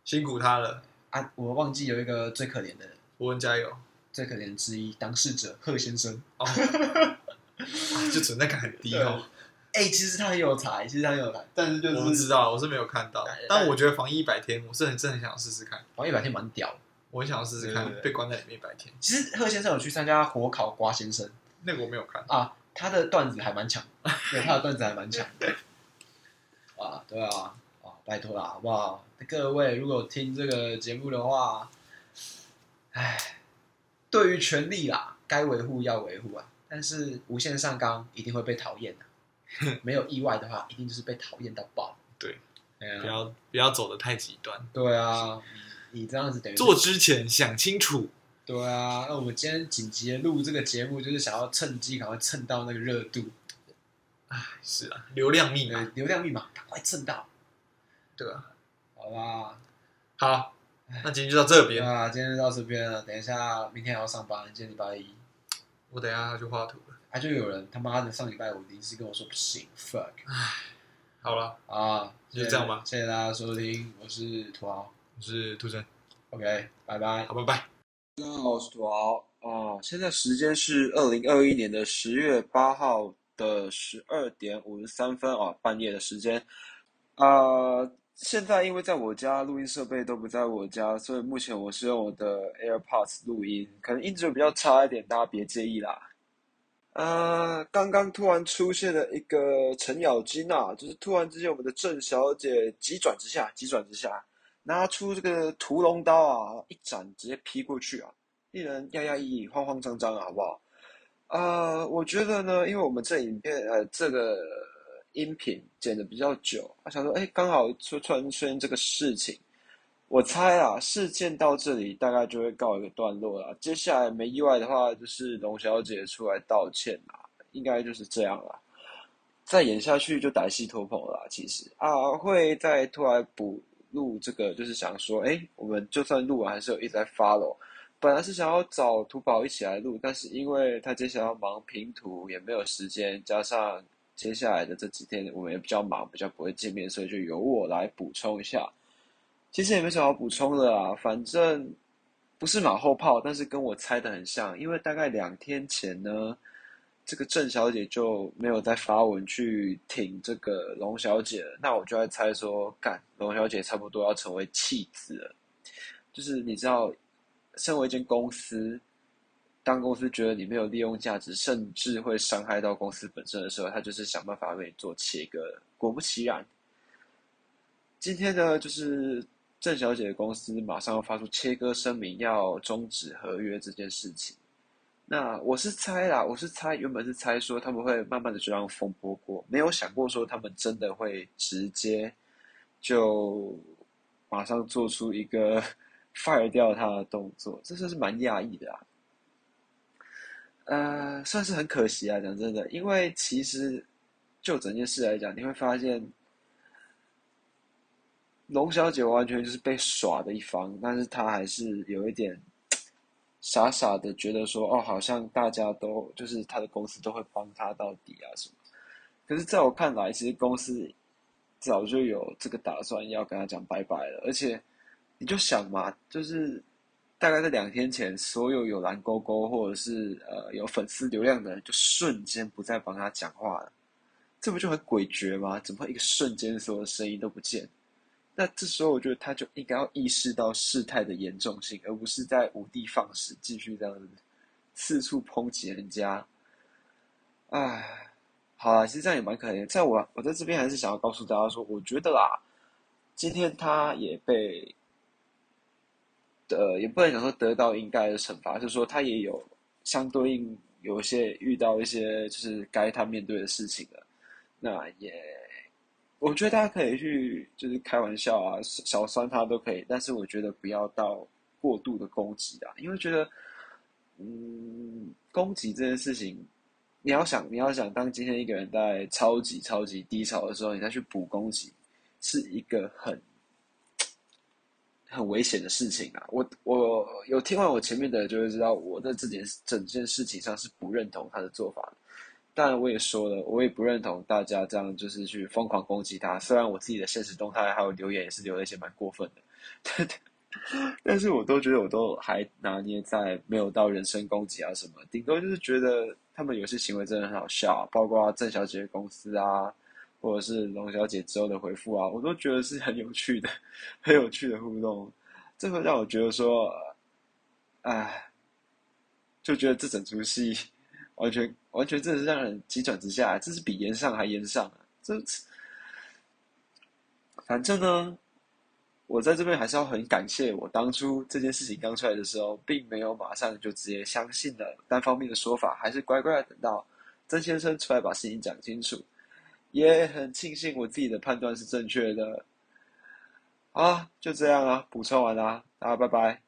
辛苦他了，啊！我忘记有一个最可怜的人，伯恩加油！ [laughs] 最可怜之一当事者贺先生。哦，啊就存在感很低哦。哎、其实他很有才，其实他很有才，但是就我不知道，我是没有看到哎哎，但我觉得防疫一百天，我是很真的很想试试看，王一百天蛮屌的。我很想要试试对看对对被关在里面一百天，其实贺先生有去参加火烤瓜先生那个我没有看。啊，他的段子还蛮强，对，他的段子还蛮强的。啊，对啊，啊，拜托啦，好不好？各位如果听这个节目的话，哎，对于权利啦，该维护要维护啊，但是无限上纲一定会被讨厌的、 [laughs] 没有意外的话，一定就是被讨厌到爆。对，哎呀不要不要走的太极端，对啊，你你这样子等于是做之前想清楚。对啊，那我们今天紧急地录这个节目，就是想要趁机赶快蹭到那个热度，是啊，流量密对码，，流量密码赶快蹭到，对啊吧？好吧？好，那今天就到这对边，啊，今天就到这边了。等一下，明天还要上班，今天礼拜一，我等一下要去画图了。啊，就有人他妈的上礼拜五临时跟我说不行，fuck 好了，啊，就这样吧谢谢大家收听，我是土豪我是兔生， ，OK，拜拜。好，拜拜。大家好，我是土豪，哦，现在时间是二零二一年的十月八号的十二点五十三分哦，半夜的时间。啊，现在因为在我家，录音设备都不在我家，所以目前我是用我的 AirPods 录音，可能音质比较差一点，大家别介意啦。呃，刚刚突然出现了一个程咬金啊，就是突然之间我们的郑小姐急转直下，急转直下，拿出这个屠龙刀啊，一斩直接劈过去啊，令人压压抑抑、慌慌张张啊，好不好？呃，我觉得呢，因为我们这影片呃这个音频剪的比较久，我想说，哎，刚好出突然出现这个事情，我猜啊，事件到这里大概就会告一个段落了。接下来没意外的话，就是龙小姐出来道歉啦，应该就是这样啦。再演下去就歹戏拖棚了啦其实啊，会再突然补录这个，就是想说，哎，我们就算录完，还是有一直在 follow。本来是想要找图宝一起来录，但是因为他接下来要忙拼图，也没有时间，加上接下来的这几天我们也比较忙，比较不会见面，所以就由我来补充一下。其实也没什么好补充的啊，反正不是马后炮，但是跟我猜的很像，因为大概两天前呢，这个郑小姐就没有再发文去挺这个龙小姐了，那我就在猜说，干龙小姐差不多要成为弃子了，就是你知道，身为一间公司。当公司觉得你没有利用价值，甚至会伤害到公司本身的时候，他就是想办法为你做切割了。果不其然，今天呢，就是郑小姐的公司马上要发出切割声明，要终止合约这件事情。那我是猜啦，我是猜，原本是猜说他们会慢慢的就让风波过，没有想过说他们真的会直接就马上做出一个 [laughs] fire 掉他的动作，这算是蛮讶异的啊。呃，算是很可惜啊，讲真的，因为其实就整件事来讲，你会发现龙小姐完全就是被耍的一方，但是她还是有一点傻傻的觉得说，哦，好像大家都就是她的公司都会帮她到底啊什么。可是在我看来，其实公司早就有这个打算要跟她讲拜拜了，而且你就想嘛，就是大概在两天前，所有有蓝勾勾或者是呃有粉丝流量的人，就瞬间不再帮她讲话了。这不就很诡谲吗？怎么会一个瞬间所有声音都不见？那这时候我觉得他就应该要意识到事态的严重性，而不是在无的放矢，继续这样子四处抨击人家。唉，好啦，其实这样也蛮可怜的。在我我在这边还是想要告诉大家说，我觉得啦，今天他也被，呃，也不能讲说得到应该的惩罚，就是说他也有相对应有一些遇到一些就是该他面对的事情了。那也，我觉得大家可以去就是开玩笑啊，小酸他都可以，但是我觉得不要到过度的攻击啊，因为觉得，嗯，攻击这件事情，你要想你要想，当今天一个人在超级超级低潮的时候，你再去补攻击，是一个很很危险的事情啊。我我有听完我前面的，就会知道我在这件整件事情上是不认同他的做法的。但我也说了，我也不认同大家这样就是去疯狂攻击他。虽然我自己的现实动态还有留言也是留了一些蛮过分的， [laughs] 但但是我都觉得我都还拿捏在没有到人身攻击啊什么，顶多就是觉得他们有些行为真的很好笑啊、包括郑小姐的公司啊，或者是龙小姐之后的回复啊，我都觉得是很有趣的、 [laughs] 很有趣的互动。这会让我觉得说，呃唉，就觉得这整出戏。完全完全真的是让人急转直下，这是比延上还延上啊！这反正呢，我在这边还是要很感谢我当初这件事情刚出来的时候，并没有马上就直接相信了单方面的说法，还是乖乖的等到曾先生出来把事情讲清楚，也很庆幸我自己的判断是正确的。好啊，就这样啊，补充完啦、大家拜拜。